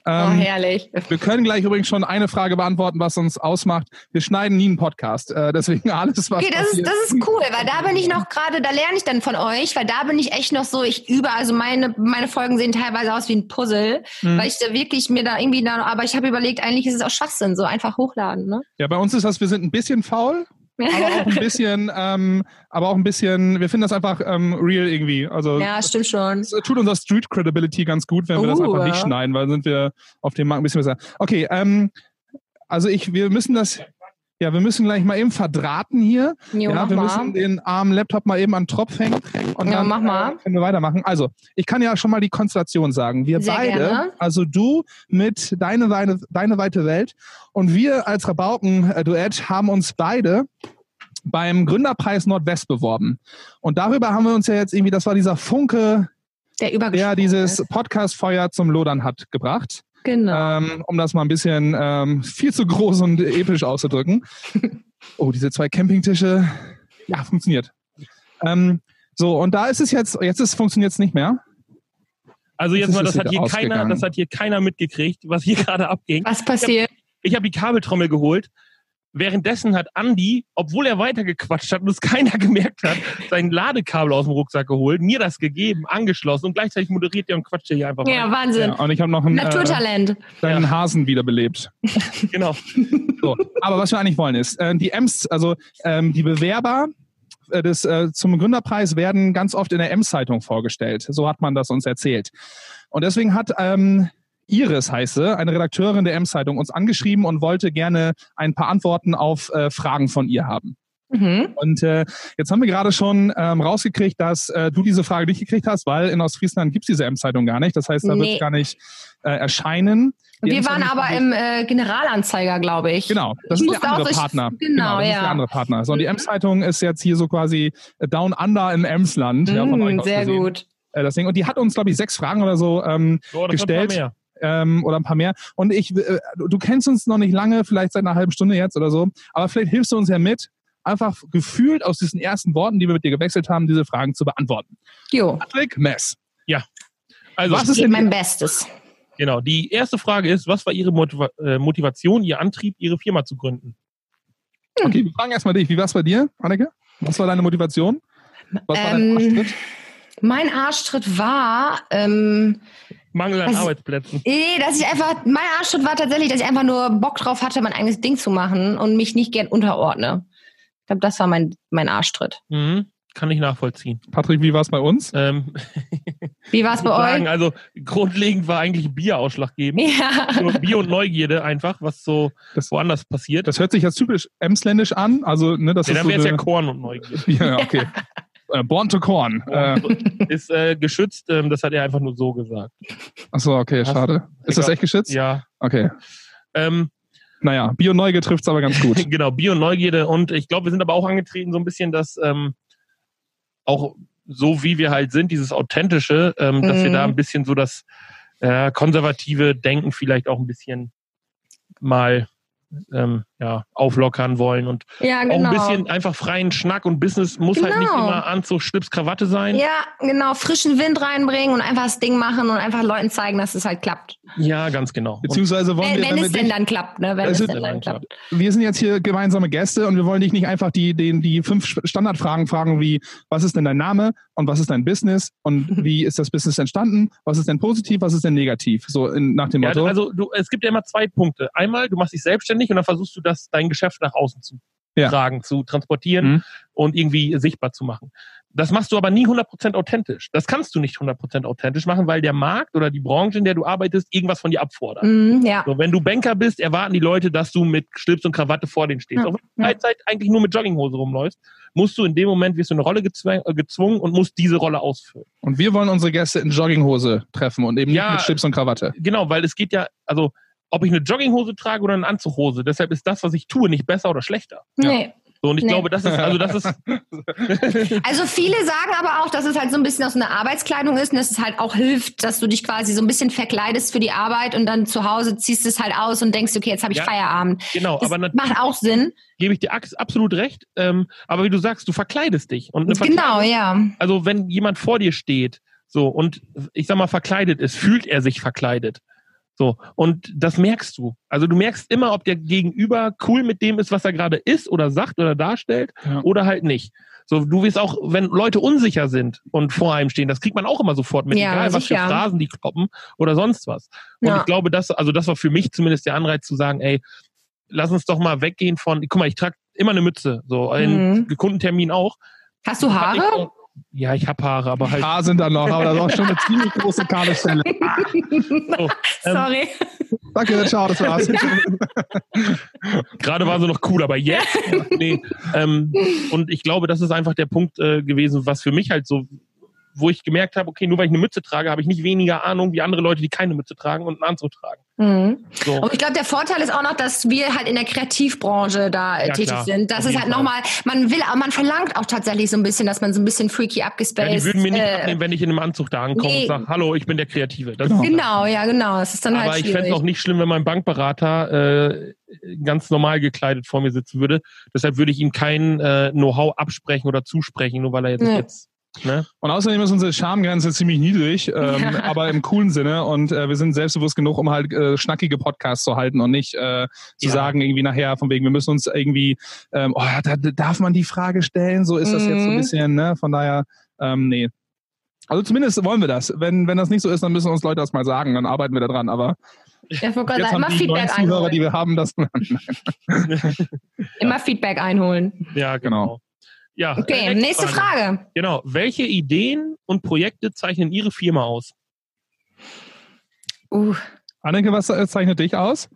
Oh,
Ähm,
herrlich.
wir können gleich übrigens schon eine Frage beantworten, was uns ausmacht. Wir schneiden nie einen Podcast. Äh, deswegen alles, was.
Okay, das ist,
passiert-
das ist cool, weil da bin ich noch gerade, da lerne ich dann von euch, weil da bin ich echt noch so, ich übe, also meine, meine Folgen sehen teilweise aus wie ein Puzzle,
Mhm.
weil ich da wirklich mir da irgendwie, da, aber ich habe überlegt, eigentlich ist es auch Schwachsinn, so einfach hochladen, ne?
ja, bei uns ist das, wir sind ein bisschen faul. aber auch ein bisschen, ähm, aber auch ein bisschen, wir finden das einfach ähm, real irgendwie. Also
Ja, stimmt schon.
es tut unser Street Credibility ganz gut, wenn wir das
Uh,
einfach nicht
ja.
schneiden, weil sind wir auf dem Markt ein bisschen besser. Okay, ähm, also ich, wir müssen das, ja, wir müssen gleich mal eben verdrahten hier.
Jo,
ja,
mach
wir
mal.
müssen den armen Laptop mal eben an den Tropf hängen und
Ja,
dann
mach mal.
Äh, können wir weitermachen. Also, ich kann ja schon mal die Konstellation sagen. Wir
Sehr
beide,
gerne.
also du mit deine, Weine, deine weite Welt und wir als Rabauken-Duett haben uns beide beim Gründerpreis Nordwest beworben. Und darüber haben wir uns ja jetzt irgendwie, das war dieser Funke,
Der Übergang.
der dieses Podcast-Feuer zum Lodern hat gebracht.
Genau.
Ähm, um das mal ein bisschen ähm, viel zu groß und episch auszudrücken. Oh, diese zwei Campingtische. Ja, funktioniert. Ähm, so, und da ist es jetzt, jetzt ist, funktioniert es nicht mehr.
Also jetzt
Das
mal,
ist
das
wieder
hat hier keiner,
ausgegangen.
das hat hier keiner mitgekriegt, was hier gerade abging.
äh,
Was passiert?
Ich habe die Kabeltrommel geholt. Währenddessen hat Andy, obwohl er weitergequatscht hat und es keiner gemerkt hat, sein Ladekabel aus dem Rucksack geholt, mir das gegeben, angeschlossen und gleichzeitig moderiert er und quatscht hier einfach
Ja,
weiter.
Wahnsinn.
Und ich habe noch einen, äh,
Naturtalent.
deinen Hasen wiederbelebt.
Genau.
So. Aber was wir eigentlich wollen ist, äh, die Ems, also ähm, die Bewerber äh, des, äh, zum Gründerpreis werden ganz oft in der Ems-Zeitung vorgestellt. So hat man das uns erzählt. Und deswegen hat ähm, Iris, heiße, eine Redakteurin der Ems-Zeitung, uns angeschrieben und wollte gerne ein paar Antworten auf äh, Fragen von ihr haben.
Mhm.
Und äh, jetzt haben wir gerade schon ähm, rausgekriegt, dass äh, du diese Frage nicht gekriegt hast, weil in Ostfriesland gibt's diese M-Zeitung gar nicht. Das heißt, da wird's
Nee.
gar nicht äh, erscheinen. Die
Wir
M-Zeitung
waren
ist
aber
eigentlich-
im äh, Generalanzeiger, glaube ich.
Genau, das
Ich
ist
musste
der andere
auch durch-
Partner.
genau,
das ist
ja. Mhm.
der andere Partner. So, und die M-Zeitung ist jetzt hier so quasi äh, Down Under im Emsland. ja, von euch
Mm,
aus
sehr
gesehen.
gut.
Äh, deswegen, und die hat uns, glaube ich, sechs Fragen oder so ähm,
So, das hat
Gestellt.
mal mehr.
ähm, oder ein paar mehr. Und ich, äh, du- du kennst uns noch nicht lange, vielleicht seit einer halben Stunde jetzt oder so, aber vielleicht hilfst du uns ja mit, einfach gefühlt aus diesen ersten Worten, die wir mit dir gewechselt haben, diese Fragen zu beantworten.
Jo.
Patrick Mess.
Also,
Was
Ich
ist
gebe
denn
mein
die,
Bestes.
genau. Die erste Frage ist, was war Ihre Motiva äh, Motivation, Ihr Antrieb, Ihre Firma zu gründen?
Hm.
okay, wir fragen erstmal dich. Wie war's bei dir, Anneke? Was war deine Motivation? Was war dein
Ähm,
Arschtritt?
Mein Arschtritt war, ähm,
Mangel an
Was-
Arbeitsplätzen.
eh, dass ich einfach, mein Arschtritt war tatsächlich, dass ich einfach nur Bock drauf hatte, mein eigenes Ding zu machen und mich nicht gern unterordne. Ich glaube, das war mein, mein Arschtritt.
Mhm. Kann ich nachvollziehen.
Patrick, wie war's bei uns?
Ähm,
Wie war es bei
sagen,
euch?
also grundlegend war eigentlich Bier ausschlaggebend.
also
Ja.
Nur Bier und Neugierde einfach, was so
Das-
woanders passiert.
Das hört sich jetzt typisch emsländisch an. Also, ne, das
Ja,
ist
dann
so
wäre es ja
eine,
Korn und Neugier.
ja, okay. Äh, Born to Corn. Äh,
Ist äh, geschützt, ähm, das hat er einfach nur so gesagt.
achso, okay,
Was?
schade. Ist das echt geschützt?
Ja.
Okay.
Ähm,
Naja, Bio-Neuge trifft's aber ganz gut.
genau, Bier und Neugierde. Und ich glaube, wir sind aber auch angetreten, so ein bisschen, dass ähm, auch so wie wir halt sind, dieses Authentische, ähm, dass wir
Mhm.
da ein bisschen so das äh, konservative Denken vielleicht auch ein bisschen mal ähm, ja, auflockern wollen und
ja,
auch
genau.
ein bisschen einfach freien Schnack und Business muss halt nicht
Genau.
immer Anzug, Schlips, Krawatte sein.
ja, genau. Frischen Wind reinbringen und einfach das Ding machen und einfach Leuten zeigen, dass es halt klappt.
Ja, ganz genau. Und
Beziehungsweise wollen
Wenn,
wir,
wenn es
damit
denn dann klappt, ne? Wenn
Also-
es denn dann klappt.
wir sind jetzt hier gemeinsame Gäste und wir wollen dich nicht einfach die, den, die fünf Standardfragen fragen, wie was ist denn dein Name und was ist dein Business und wie ist das Business entstanden, was ist denn positiv, was ist denn negativ, so in, nach dem
Ja,
Motto.
also du, es gibt ja immer zwei Punkte. Einmal, du machst dich selbstständig und dann versuchst du das, dein Geschäft nach außen zu
Ja.
tragen, zu transportieren
Mhm.
und irgendwie sichtbar zu machen. Das machst du aber nie 100% authentisch. Das kannst du nicht 100% authentisch machen, weil der Markt oder die Branche, in der du arbeitest, irgendwas von dir abfordert.
Mhm, ja.
So, wenn du Banker bist, erwarten die Leute, dass du mit Schlips und Krawatte vor denen stehst.
Ja,
Auch wenn du Freizeit eigentlich nur mit Jogginghose rumläufst, musst du in dem Moment, wirst du eine Rolle gezwä- äh, gezwungen und musst diese Rolle ausfüllen.
Und wir wollen unsere Gäste in Jogginghose treffen und eben
Ja.
nicht mit Chips und Krawatte.
Genau, weil es geht ja, also ob ich eine Jogginghose trage oder eine Anzughose, deshalb ist das, was ich tue, nicht besser oder schlechter.
Ja.
Nee.
So, und ich
Nee.
glaube, das ist, also das ist,
Also viele sagen aber auch, dass es halt so ein bisschen aus einer Arbeitskleidung ist und dass es halt auch hilft, dass du dich quasi so ein bisschen verkleidest für die Arbeit und dann zu Hause ziehst du es halt aus und denkst, okay, jetzt habe ich
Ja.
Feierabend.
genau,
Das
aber dann
macht auch Sinn.
gebe ich dir ax- absolut recht. Ähm, aber wie du sagst, du verkleidest dich. Und eine
Genau,
Verkleidung-
ja.
also wenn jemand vor dir steht, so und ich sag mal verkleidet ist, fühlt er sich verkleidet. So, und das merkst du. Also du merkst immer, ob der Gegenüber cool mit dem ist, was er gerade ist oder sagt oder darstellt
Ja.
oder halt nicht. So, du wirst auch, wenn Leute unsicher sind und vor einem stehen, das kriegt man auch immer sofort mit,
Ja,
egal was für
sicher.
Phrasen die kloppen oder sonst was. Und
Ja.
ich glaube, das, also das war für mich zumindest der Anreiz zu sagen, ey, lass uns doch mal weggehen von, guck mal, ich trage immer eine Mütze. So, ein
Mhm.
Kundentermin auch.
Hast du Haare?
Ja, ich hab Haare, aber halt.
Haare sind da noch, aber das ist auch schon eine ziemlich große kahle Stelle. Ah,
So, ähm,
Sorry.
danke, ciao, das war's.
Gerade war sie noch cool, aber jetzt? nee. Ähm, und ich glaube, das ist einfach der Punkt äh, gewesen, was für mich halt so, wo ich gemerkt habe, okay, nur weil ich eine Mütze trage, habe ich nicht weniger Ahnung wie andere Leute, die keine Mütze tragen und einen Anzug tragen.
Mhm.
So.
Und ich glaube, der Vorteil ist auch noch, dass wir halt in der Kreativbranche da äh,
Ja,
tätig
klar.
sind. Das
Auf
ist
jeden
halt
Fall.
nochmal, man will, aber man verlangt auch tatsächlich so ein bisschen, dass man so ein bisschen freaky
Ja,
abgespaced.
die würden mir nicht
äh,
abnehmen, wenn ich in einem Anzug da ankomme
nee.
und sage, hallo, ich bin der Kreative. Das ist
Genau, ja, genau. Das ist dann
Aber
halt
ich fände es
schwierig.
auch nicht schlimm, wenn mein Bankberater äh, ganz normal gekleidet vor mir sitzen würde. Deshalb würde ich ihm kein äh, Know-how absprechen oder zusprechen, nur weil er jetzt.
Nee.
jetzt ne?
Und außerdem ist unsere Schamgrenze ziemlich niedrig, ähm,
Ja.
aber im coolen Sinne. Und äh, wir sind selbstbewusst genug, um halt äh, schnackige Podcasts zu halten und nicht äh, zu
Ja.
sagen, irgendwie nachher, von wegen, wir müssen uns irgendwie, ähm, oh, da, da darf man die Frage stellen, so ist das jetzt so ein
Mhm.
bisschen, ne? Von daher, ähm, nee. Also zumindest wollen wir das. Wenn, wenn das nicht so ist, dann müssen uns Leute das mal sagen, dann arbeiten wir da dran. Aber
Ich wollte gerade
jetzt haben
sagen, immer
die neuen
Feedback
Zuhörer,
einholen.
die wir haben, das.
Immer Feedback einholen.
Ja, genau. Ja,
Okay,
äh,
nächste Frage.
Genau. Welche Ideen und Projekte zeichnen Ihre Firma aus?
Uh,
Anneke, was äh, zeichnet dich aus?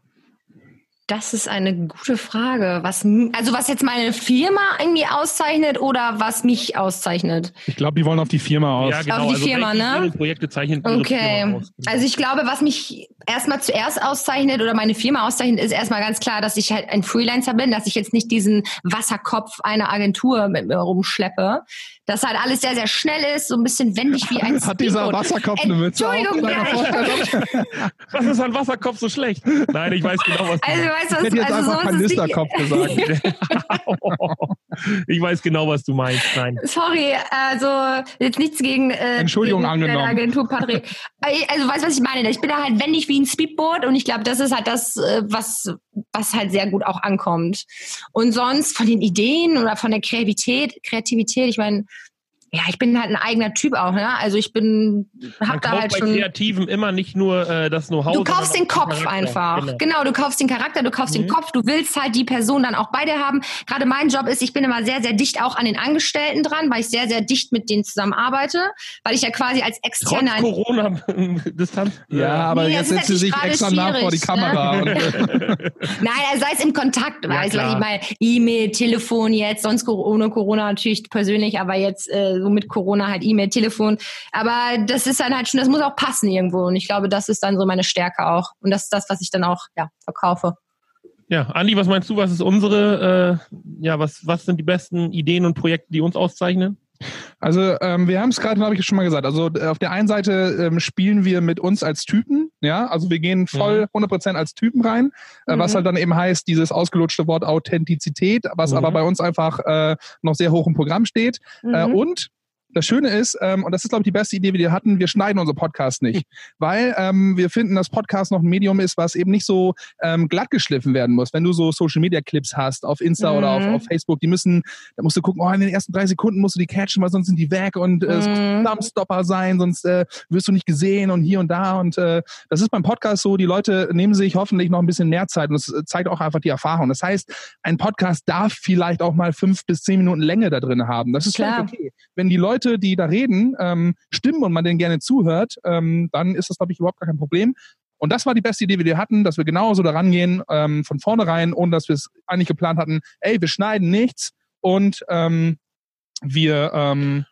das ist eine gute Frage. Was, m- also was jetzt meine Firma irgendwie auszeichnet oder was mich auszeichnet?
Ich glaube, die wollen auf die Firma aus.
Ja, genau. also
die Firma,
welche
ne?
Ideen und Projekte zeichnen Ihre Firma
Okay.
aus? Genau.
Also ich glaube, was mich erstmal zuerst auszeichnet oder meine Firma auszeichnet, ist erstmal ganz klar, dass ich halt ein Freelancer bin, dass ich jetzt nicht diesen Wasserkopf einer Agentur mit mir rumschleppe. Dass halt alles sehr, sehr schnell ist, so ein bisschen wendig wie ein
Hat dieser
Speedboot.
Wasserkopf eine Mütze? auf
Entschuldigung,
in deiner
ja, ich-
Vorstellung?
was ist an Wasserkopf so schlecht? Nein, ich weiß genau, was.
Also,
du
weißt du,
Ich
was,
hätte jetzt
also
einfach
so ist es nicht.
Kanisterkopf gesagt.
ich weiß genau, was du meinst. Nein.
Sorry, also jetzt nichts gegen äh,
Entschuldigung
gegen deine
angenommen.
Agentur, Patrick. Äh, also weißt du, was ich meine? Ich bin da halt wendig wie ein Speedboot und ich glaube, das ist halt das, äh, was, was halt sehr gut auch ankommt. Und sonst von den Ideen oder von der Kreativität, Kreativität, ich meine, ja, ich bin halt ein eigener Typ auch, ne? Also ich bin,
Man
hab da
kauft
halt
bei
schon.
Kreativen immer nicht nur äh, das Know-how.
Du kaufst den
sondern auch
Kopf
Charakter.
einfach. Genau.
Genau. Mhm.
du kaufst den Charakter, du kaufst den Kopf. Du willst halt die Person dann auch bei dir haben. Gerade mein Job ist, ich bin immer sehr, sehr dicht auch an den Angestellten dran, weil ich sehr, sehr dicht mit denen zusammen arbeite, weil ich ja quasi als
Trotz Äh,
externer.
Corona-Distanz.
Ja, aber
Nee, das
jetzt
ist
setzt sie sich
natürlich gerade
extra nach vor die
schwierig,
Kamera.
ne?
Und, äh,
Nein, also sei es im Kontakt,
Ja,
weißt du, weil
klar.
ich mal E-Mail, Telefon jetzt, sonst Cor- ohne Corona natürlich persönlich, aber jetzt äh, so mit Corona halt E-Mail, Telefon. Aber das ist dann halt schon, das muss auch passen irgendwo. Und ich glaube, das ist dann so meine Stärke auch. Und das ist das, was ich dann auch ja, verkaufe.
Ja, Andi, was meinst du, was ist unsere, äh, ja, was, was sind die besten Ideen und Projekte, die uns auszeichnen?
also ähm, wir haben es gerade, glaube ich, schon mal gesagt. Also äh, auf der einen Seite ähm, spielen wir mit uns als Typen, ja, also wir gehen voll
Mhm.
100% als Typen rein, äh, was
Mhm.
halt dann eben heißt, dieses ausgelutschte Wort Authentizität, was
Mhm.
aber bei uns einfach äh, noch sehr hoch im Programm steht. Äh,
Mhm.
und das Schöne ist, ähm, und das ist, glaube ich, die beste Idee, die wir hatten, wir schneiden unsere Podcasts nicht. Weil ähm, wir finden, dass Podcast noch ein Medium ist, was eben nicht so ähm, glatt geschliffen werden muss. Wenn du so Social-Media-Clips hast auf Insta
Mhm.
oder auf, auf Facebook, die müssen, da musst du gucken, oh, in den ersten drei Sekunden musst du die catchen, weil sonst sind die weg und äh, es muss ein
Mhm.
Thumbstopper sein, sonst äh, wirst du nicht gesehen und hier und da. Und äh, das ist beim Podcast so, die Leute nehmen sich hoffentlich noch ein bisschen mehr Zeit und es äh, zeigt auch einfach die Erfahrung. Das heißt, ein Podcast darf vielleicht auch mal fünf bis zehn Minuten Länge da drin haben. Das ist
Klar.
völlig okay. Wenn die Leute, die da reden, ähm, stimmen und man denen gerne zuhört, ähm, dann ist das, glaube ich, überhaupt gar kein Problem. Und das war die beste Idee, die wir hatten, dass wir genauso da rangehen, ähm, von vornherein, ohne dass wir es eigentlich geplant hatten, ey, wir schneiden nichts und ähm, wir ähm,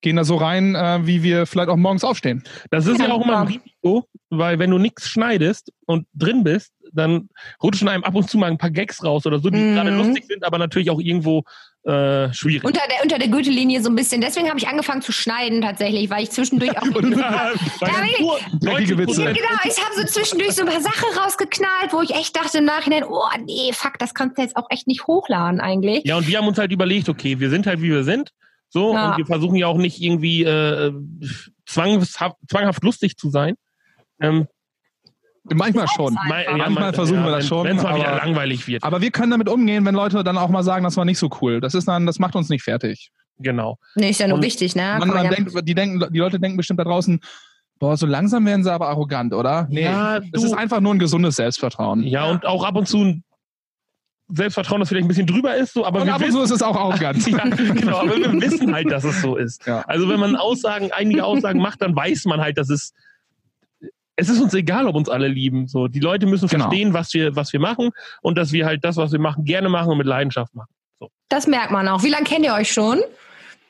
gehen da so rein, äh, wie wir vielleicht auch morgens aufstehen.
Das ist ja,
Ja, genau.
auch immer ein
klar.
Risiko, weil wenn du nichts schneidest und drin bist, dann rutschen einem ab und zu mal ein paar Gags raus oder so, die
Mhm.
gerade lustig sind, aber natürlich auch irgendwo äh, schwierig.
Unter der, unter der Gürtellinie so ein bisschen. Deswegen habe ich angefangen zu schneiden tatsächlich, weil ich zwischendurch auch.
Ja, genau. weil
Ja, wirklich.
nur
Dreckige
90%
Witze.
Genau, ich habe so zwischendurch so ein paar Sachen rausgeknallt, wo ich echt dachte im Nachhinein, oh nee, fuck, das kannst du jetzt auch echt nicht hochladen eigentlich.
Ja, und wir haben uns halt überlegt, okay, wir sind halt wie wir sind. So,
Ja.
und wir versuchen ja auch nicht irgendwie äh, zwanghaft, zwanghaft lustig zu sein. Ähm,
Manchmal schon.
Einfach.
mei-
Manchmal versuchen wir das
wenn-
schon,
Wenn es mal wieder
aber-
langweilig wird.
Aber wir können damit umgehen, wenn Leute dann auch mal sagen, das war nicht so cool. Das ist dann, das macht uns nicht fertig.
Genau.
Nee, ist ja nur
Und
wichtig, ne?
man,
Kann
man
man ja-
denkt, die, denken, die Leute denken bestimmt da draußen, boah, so langsam werden sie aber arrogant, oder?
Ja,
das
du-
ist einfach nur ein gesundes Selbstvertrauen.
Ja, und auch ab und zu ein Selbstvertrauen das vielleicht ein bisschen drüber ist, so, aber
Und
wir
ab und
wissen,
zu ist es auch arrogant.
ja, genau, aber wir wissen halt, dass es so ist.
Ja.
Also wenn man Aussagen, einige Aussagen macht, dann weiß man halt, dass es es ist uns egal, ob uns alle lieben. So, die Leute müssen
Genau.
verstehen, was wir was wir machen und dass wir halt das, was wir machen, gerne machen und mit Leidenschaft machen.
Das merkt man auch. Wie lange kennt ihr euch schon?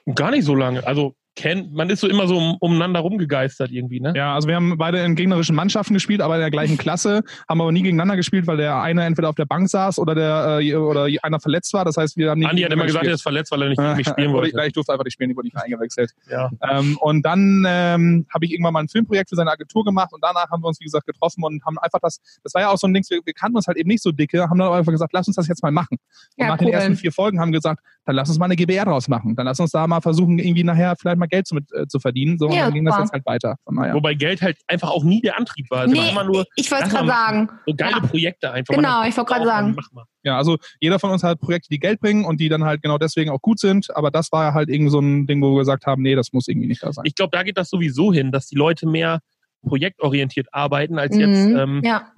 Und gar nicht so lange. Also kennt man ist so immer so um, umeinander rumgegeistert irgendwie, ne?
Ja, also wir haben beide in gegnerischen Mannschaften gespielt, aber in der gleichen Klasse, haben aber nie gegeneinander gespielt, weil der eine entweder auf der Bank saß oder der äh, oder einer verletzt war. Das heißt, wir haben nie
Andi hat immer gesagt, er
gegeneinander
ist verletzt, weil er nicht mit
gespielt.
mich spielen
Wurde ich,
wollte.
nein, ich durfte einfach nicht spielen, ich wurde nicht eingewechselt.
Ja.
Ähm, und dann ähm, habe ich irgendwann mal ein Filmprojekt für seine Agentur gemacht und danach haben wir uns, wie gesagt, getroffen und haben einfach das, das war ja auch so ein Ding, wir, wir kannten uns halt eben nicht so dicke, haben dann einfach gesagt, lass uns das jetzt mal machen. Und
Ja,
nach
cool.
den ersten vier Folgen haben wir gesagt, dann lass uns mal eine GBR draus machen. Dann lass uns da mal versuchen, irgendwie nachher vielleicht mal Geld zu, mit, äh, zu verdienen. So, und
Ja,
dann ging das
super.
jetzt halt weiter. Von, naja.
Wobei Geld halt einfach auch nie der Antrieb war. Es war
Nee,
Also immer nur
ich wollte
das
gerade
war-
sagen.
so geile
Ja.
Projekte einfach.
Genau,
Man
ich wollte gerade
dachte,
sagen.
Mach mal.
Ja, also jeder von uns hat Projekte, die Geld bringen und die dann halt genau deswegen auch gut sind. Aber das war halt irgendwie so ein Ding, wo wir gesagt haben, nee, das muss irgendwie nicht da sein.
Ich glaube, da geht das sowieso hin, dass die Leute mehr projektorientiert arbeiten, als jetzt
Mhm.
ähm,
ja.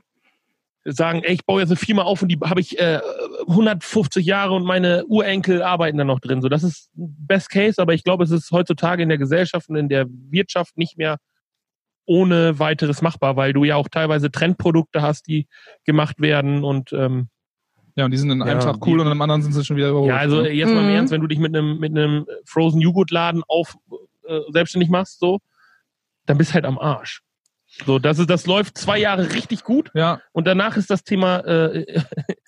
sagen, ey, ich baue jetzt eine Firma auf und die habe ich äh, 150 Jahre und meine Urenkel arbeiten da noch drin. So, das ist Best Case, aber ich glaube, es ist heutzutage in der Gesellschaft und in der Wirtschaft nicht mehr ohne weiteres machbar, weil du ja auch teilweise Trendprodukte hast, die gemacht werden und ähm,
ja, und die sind in einem
Ja,
Tag cool
die-
und im anderen sind sie schon wieder überholt.
ja, also
ne?
jetzt mal im
Mhm.
Ernst, wenn du dich mit einem mit einem Frozen Joghurt Laden auf äh, selbstständig machst, so, dann bist halt am Arsch. So, das ist, das läuft zwei Jahre richtig gut
ja
und danach ist das Thema äh,
ja,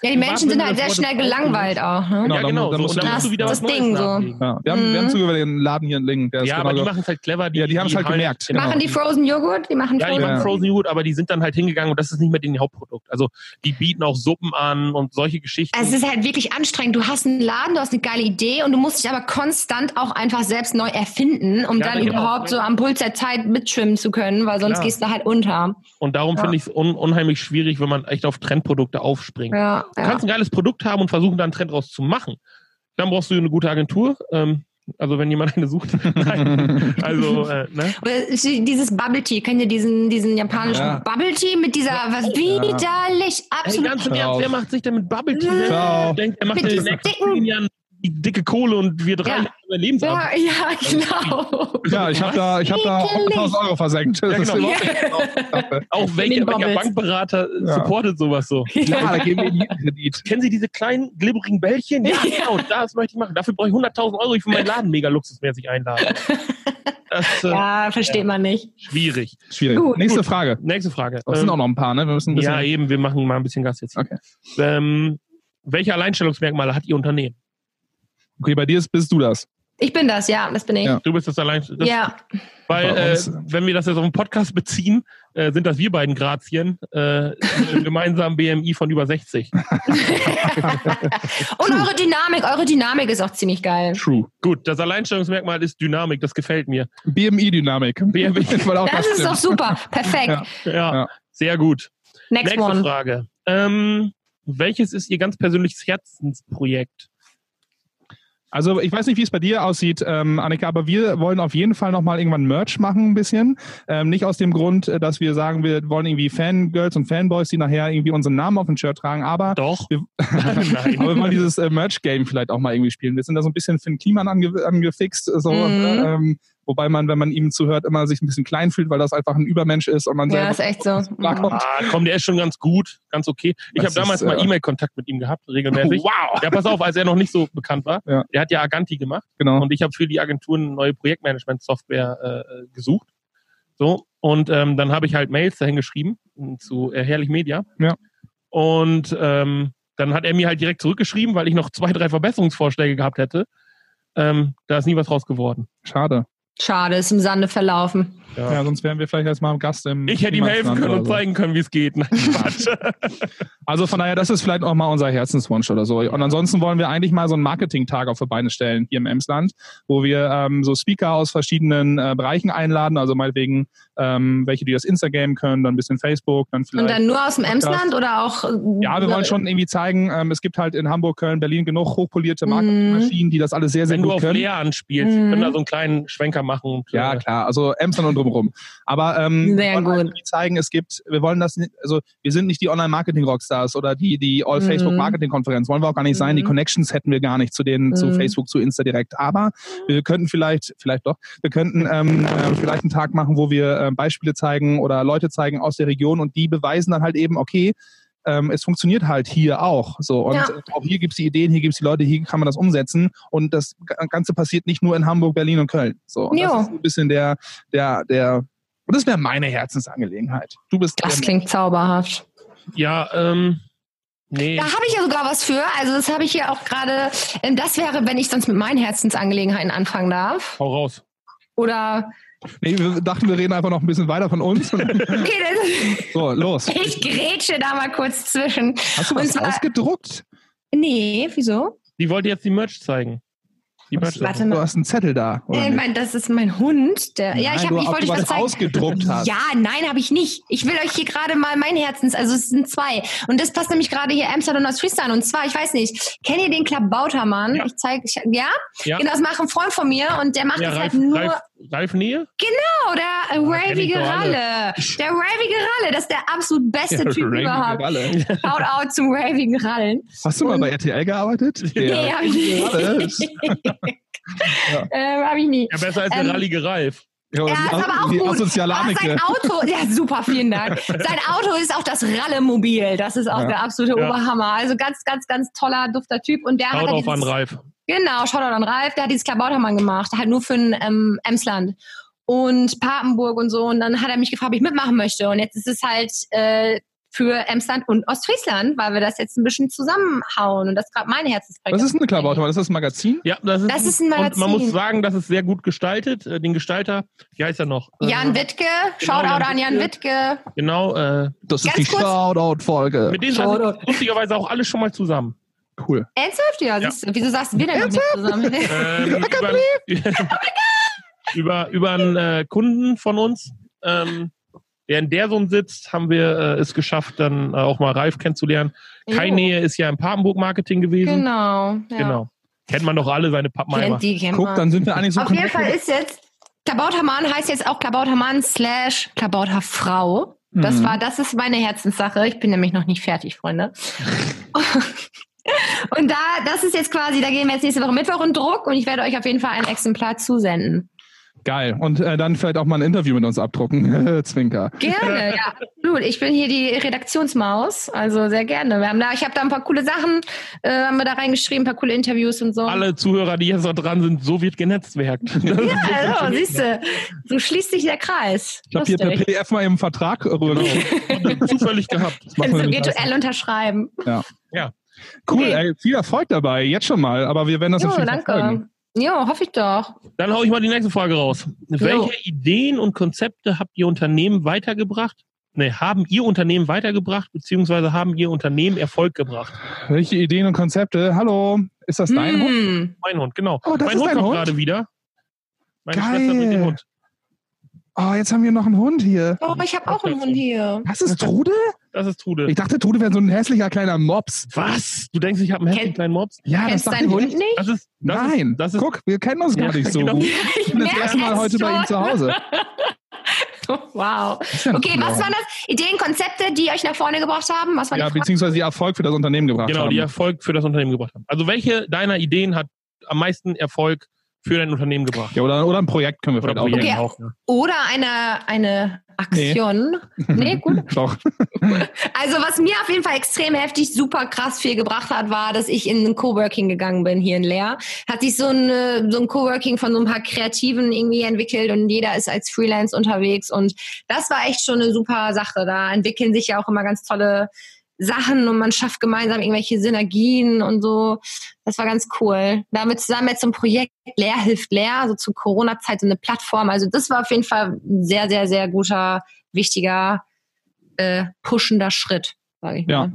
die
Im
Menschen sind
wahrsten
halt
Sinne
sehr
des
schnell
Wortes
gelangweilt auch. Ne?
Genau,
ja
dann-
genau.
dann
so,
musst
und
du-
dann musst du wieder
Das
was Neues
Ding so.
nachlegen.
Ja, wir haben, wir haben
Mhm.
Züge über den Laden hier in Lingen. Der
Ja,
ist
aber die
genau-
machen es halt clever.
Ja, die haben's halt
hauen-
gemerkt.
genau.
Machen die Frozen Joghurt? Die machen
ja, die
Frozen
machen
Ja.
Frozen Joghurt, aber die sind dann halt hingegangen und das ist nicht mehr deren Hauptprodukt. Also die bieten auch Suppen an und solche Geschichten.
Es ist halt wirklich anstrengend. Du hast einen Laden, du hast eine geile Idee und du musst dich aber konstant auch einfach selbst neu erfinden, um
Ja,
dann
genau.
überhaupt so am Puls der Zeit mitschwimmen zu können, weil sonst
Klar.
gehst du halt unter.
und darum
Ja.
finde ich es un unheimlich schwierig, wenn man echt auf Trendprodukte aufspringt.
Ja,
Du
ja.
kannst ein geiles Produkt haben und versuchen, da einen Trend draus zu machen. Dann brauchst du eine gute Agentur. Ähm, also wenn jemand eine sucht. Nein. Also, äh, ne?
Oder dieses Bubble Tea, kennt ihr diesen, diesen japanischen
Ja.
Bubble Tea mit dieser, was widerlich,
Ey,
absolut.
ganz im Ernst,
Ciao.
wer macht sich denn mit Bubble Tea?
Ciao.
selbstständig? Denkt, er macht
Mit
in den
diesen
nächsten
dicken-
zehn Jahren die dicke Kohle und wir drei
Ja.
haben unser Lebensabend.
ja, ja, genau.
ja, ich habe da, ich hab da
Ekelig.
100.000 Euro versenkt. Das
Ja,
ist
genau.
überhaupt nicht
Auch
den
welcher, welcher
Bubbles.
Bankberater äh,
Ja.
supportet sowas so?
klar, da geben wir ihnen einen Kredit.
Kennen Sie diese kleinen glibberigen Bällchen? Ja, genau, das möchte ich machen. Dafür brauche ich 100.000 Euro. Ich will meinen Laden mega luxusmäßig einladen. Das ist äh,
Ja, versteht man nicht.
schwierig.
Schwierig.
Gut.
Nächste Frage.
Nächste Frage.
Das sind auch noch ein paar, ne? Wir müssen ein bisschen.
Ähm, ja, eben, wir machen mal ein bisschen Gas jetzt. hier.
Okay.
Ähm, welche Alleinstellungsmerkmale hat Ihr Unternehmen?
Okay, bei dir ist, bist du das.
Ich bin das, ja, das bin ich.
Ja.
Ja,
Du bist das Alleinstellungsmerkmal. Weil,
Bei
äh,
uns, äh,
wenn wir das jetzt auf den Podcast beziehen, äh, sind das wir beiden Grazien äh, mit einem gemeinsamen BMI von über 60.
Und eure Dynamik, eure Dynamik ist auch ziemlich geil.
True.
Gut, das Alleinstellungsmerkmal ist Dynamik, das gefällt mir.
BMI-Dynamik.
BMI.
Ich wollte auch
Das ist
stimmen.
doch super. Perfekt.
Oh, Ja.
Ja,
Ja.
sehr gut.
Next
Nächste
one.
Frage. Ähm, welches ist Ihr ganz persönliches Herzensprojekt?
Also ich weiß nicht, wie es bei dir aussieht, ähm, Annika, aber wir wollen auf jeden Fall nochmal irgendwann Merch machen ein bisschen. Ähm, nicht aus dem Grund, äh, dass wir sagen, wir wollen irgendwie Fangirls und Fanboys, die nachher irgendwie unseren Namen auf dem Shirt tragen, aber
Doch.
Wir-
Nein.
Aber wenn wir dieses äh, Merch-Game vielleicht auch mal irgendwie spielen. Wir sind da so ein bisschen Finn Kliman ange angefixt. So,
Mhm.
ähm, wobei man, wenn man ihm zuhört, immer sich ein bisschen klein fühlt, weil das einfach ein Übermensch ist und man
Ja,
selber
ist echt so. Mhm.
klarkommt.
Ah, komm, der ist schon ganz gut, ganz okay. Ich
Das
habe damals
ist,
mal
äh,
E-Mail-Kontakt mit ihm gehabt, regelmäßig.
Wow!
Ja, pass auf, als er noch nicht so bekannt war.
Ja.
Der hat ja Aganti gemacht.
Genau.
und ich habe für die Agenturen neue Projektmanagement-Software äh, gesucht. So, und ähm, dann habe ich halt Mails dahin geschrieben m, zu äh, Herrlich Media.
Ja.
Und ähm, dann hat er mir halt direkt zurückgeschrieben, weil ich noch zwei, drei Verbesserungsvorschläge gehabt hätte. Ähm, da ist nie was raus geworden.
Schade.
Schade, ist im Sande verlaufen.
Ja. sonst wären wir vielleicht erstmal am Gast im.
Ich hätte ihm helfen können und
oder so.
zeigen können, wie es geht. Nein, Quatsch.
Also von daher, das ist vielleicht auch mal unser Herzenswunsch oder so. Und ansonsten wollen wir eigentlich mal so einen Marketing-Tag auf die Beine stellen hier im Emsland, wo wir ähm, so Speaker aus verschiedenen äh, Bereichen einladen. Also meinetwegen ähm, welche, die das Instagram können, dann ein bisschen Facebook, dann vielleicht.
Und dann nur aus dem
Podcast.
Emsland oder auch. äh,
Ja, wir wollen schon irgendwie zeigen, ähm, es gibt halt in Hamburg, Köln, Berlin genug hochpolierte
Mhm.
Marketingmaschinen, die das alles sehr, sehr
Wenn du
gut
auf
können.
Lea anspielst, wir
Mhm.
können da so einen kleinen Schwenker machen. Und,
Ja,
äh,
klar. Also Emsland und drumherum. Aber ähm, wir
Sehr
wollen halt
gut.
irgendwie zeigen, es gibt, wir wollen das nicht, also wir sind nicht die Online-Marketing-Rockstars oder die, die All-Facebook-Marketing-Konferenz. Wollen wir auch gar nicht sein. Die
Mhm.
Connections hätten wir gar nicht zu denen, zu
Mhm.
Facebook, zu Insta direkt. Aber wir könnten vielleicht, vielleicht doch, wir könnten ähm, äh, vielleicht einen Tag machen, wo wir äh, Beispiele zeigen oder Leute zeigen aus der Region und die beweisen dann halt eben, okay, ähm, es funktioniert halt hier auch. So. Und
Ja.
äh, auch hier gibt's die Ideen, hier gibt's die Leute, hier kann man das umsetzen. Und das Ga- Ganze passiert nicht nur in Hamburg, Berlin und Köln. So. Und
Jo.
das ist ein bisschen der, der, der, und das wäre meine Herzensangelegenheit. Du bist
Das
der-
klingt zauberhaft.
ja, ähm, nee.
Da habe ich ja sogar was für. Also das habe ich hier auch gerade. ähm, Das wäre, wenn ich sonst mit meinen Herzensangelegenheiten anfangen darf.
Hau raus.
Oder
Nee, wir dachten, wir reden einfach noch ein bisschen weiter von uns.
okay, das,
so, los.
ich grätsche da mal kurz zwischen.
Hast du
Und
was
zwar-
ausgedruckt?
Nee, wieso?
Die wollte jetzt die Merch zeigen. Die Merch
Warte
Du
mal.
hast einen Zettel da. Oder
Äh,
nicht?
mein, das ist mein Hund. Der, ja,
Nein,
ich, hab,
du,
ich
ob
wollte euch
du
was
was
zeigen.
ausgedruckt hast.
Ja, nein, habe ich nicht. Ich will euch hier gerade mal mein Herzens, also es sind zwei. Und das passt nämlich gerade hier Amsterdam aus Freestyle. Und zwar, ich weiß nicht, kennt ihr den Klabautermann?
Ja.
Ich zeige, ich, ja?
Ja.
Genau, das macht ein Freund von mir und der macht
Ja,
das
Ralf,
halt nur.
Ralf, Ralf Nähe?
Genau, der äh,
kenn ich
ravige
doch alle.
Ralle. Der ravige Ralle, das ist der absolut beste
Ja,
Typ
Ranking
überhaupt.
Ralle.
Shout out zum ravigen Rallen.
Hast du mal bei RTL gearbeitet?
Nee, hab ich nicht.
Alles.
Ähm, hab ich nie.
Ja, besser als der
Ähm,
rallige Ralf.
Ja,
Ja, ist aber auch
die
gut.
asoziale
Aber
Anneke.
sein Auto, ja super, vielen Dank. Sein Auto ist auch das Rallemobil. Das ist auch
Ja.
der absolute
Ja.
Oberhammer. Also ganz, ganz, ganz toller, dufter Typ. Und der hat
Hau
halt
drauf an,
dieses,
Ralf.
genau, Shoutout an Ralf, der hat dieses Klabautermann gemacht, halt nur für ein ähm, Emsland und Papenburg und so. Und dann hat er mich gefragt, ob ich mitmachen möchte. Und jetzt ist es halt äh, für Emsland und Ostfriesland, weil wir das jetzt ein bisschen zusammenhauen. Und das ist gerade meine Herzensprojekt.
Was ist denn eine Klabautermann? Ist das ein Magazin?
Ja, das ist,
Das ist ein
Und man muss
Magazin.
sagen, das ist sehr gut gestaltet. Äh, Den Gestalter, wie heißt er noch? Äh,
Jan Wittke,
Genau,
Shoutout
Jan
an Jan Wittke.
Genau, äh,
Das
Ganz kurz.
Shoutout-Folge.
mit denen saß ich lustigerweise auch alle schon mal zusammen.
Cool.
Ernsthaft? Ja, siehst du, wieso sagst du wir denn noch nicht zusammen?
Ähm, über, über, über einen äh, Kunden von uns, ähm, der in Dersun sitzt, haben wir äh, es geschafft, dann äh, auch mal Ralf kennenzulernen. Kai
Jo.
Nähe ist ja im Papenburg-Marketing gewesen.
Genau. Ja.
Genau. Kennt man doch alle seine Pappmeimer.
Kennt die, kennt
Guck,
man.
dann sind wir eigentlich so
Auf jeden
connected.
Fall ist jetzt Klabautermann heißt jetzt auch Klabautermann slash Klabauterfrau. Das
Mhm.
war, das ist meine Herzenssache. Ich bin nämlich noch nicht fertig, Freunde. Und da, das ist jetzt quasi, da gehen wir jetzt nächste Woche Mittwoch in Druck und ich werde euch auf jeden Fall ein Exemplar zusenden.
Geil. Und äh, dann vielleicht auch mal ein Interview mit uns abdrucken. Zwinker.
Gerne, ja, absolut. Ich bin hier die Redaktionsmaus, also sehr gerne. Wir haben da, ich habe da ein paar coole Sachen, äh, haben wir da reingeschrieben, ein paar coole Interviews und so.
Alle Zuhörer, die jetzt noch dran sind, so wird genetzwerkt.
Ja, also, siehst du, so schließt sich der Kreis.
Ich habe hier per
Lustig.
PDF mal im Vertrag rübergeschickt.
Zufällig
machen
gehabt.
wir
Also
mit
virtuell unterschreiben.
Cool,
Okay.
ey, viel Erfolg dabei, jetzt schon mal. Aber wir werden das
Jo,
natürlich verfolgen.
danke. Jo, hoffe ich doch.
Dann hau ich mal die nächste Frage raus.
Genau.
Welche Ideen und Konzepte habt ihr Unternehmen weitergebracht? Nee, haben ihr Unternehmen weitergebracht, beziehungsweise haben ihr Unternehmen Erfolg gebracht?
Welche Ideen und Konzepte? Hallo, ist das dein Hund?
Hm.
Mein Hund, genau.
Oh, das
mein
ist
Hund
dein Hund?
gerade wieder. Meine
Geil.
Schwester bringt den Hund.
Oh, jetzt haben wir noch einen Hund hier.
Oh, ich habe auch einen Hund hier.
Das ist Trude?
Das ist
Ich
Trude.
dachte, Trude wäre so ein hässlicher kleiner Mops.
Was? Du denkst, ich habe einen hässlichen
Kennt-
kleinen Mops?
Ja,
Kennst
das dachte
deinen
ich
Hund
echt.
nicht?
Das ist, das
Nein,
Ist, das ist,
guck, wir kennen uns
Ja,
gar nicht so
genau.
gut. Ich bin das
merk
erste Mal
es
heute bei ihm
schon.
zu Hause.
Wow.
Ist ja ein
Okay,
cooler
was
Hund.
waren das? Ideen, Konzepte, die euch nach vorne gebracht haben? Was waren
Ja,
die Fragen?
beziehungsweise die Erfolg für das Unternehmen gebracht
genau,
haben.
die Erfolg für das Unternehmen gebracht haben. Also welche deiner Ideen hat am meisten Erfolg für dein Unternehmen gebracht?
Ja, oder, oder ein Projekt können wir
Oder
vielleicht auch.
Okay.
Projekte auch. Ne?
Oder eine, eine Aktion? Nee. gut.
Doch.
Also was mir auf jeden Fall extrem heftig, super krass viel gebracht hat, war, dass ich in ein Coworking gegangen bin hier in Leer. Hat sich so, eine, so ein Coworking von so ein paar Kreativen irgendwie entwickelt und jeder ist als Freelance unterwegs und das war echt schon eine super Sache. Da entwickeln sich ja auch immer ganz tolle Sachen und man schafft gemeinsam irgendwelche Synergien und so. Das war ganz cool. Damit zusammen jetzt so ein Projekt Leer hilft Leer, so zu Corona-Zeit so eine Plattform. Also das war auf jeden Fall ein sehr, sehr, sehr guter, wichtiger, äh, pushender Schritt, sage ich
Ja.
mal.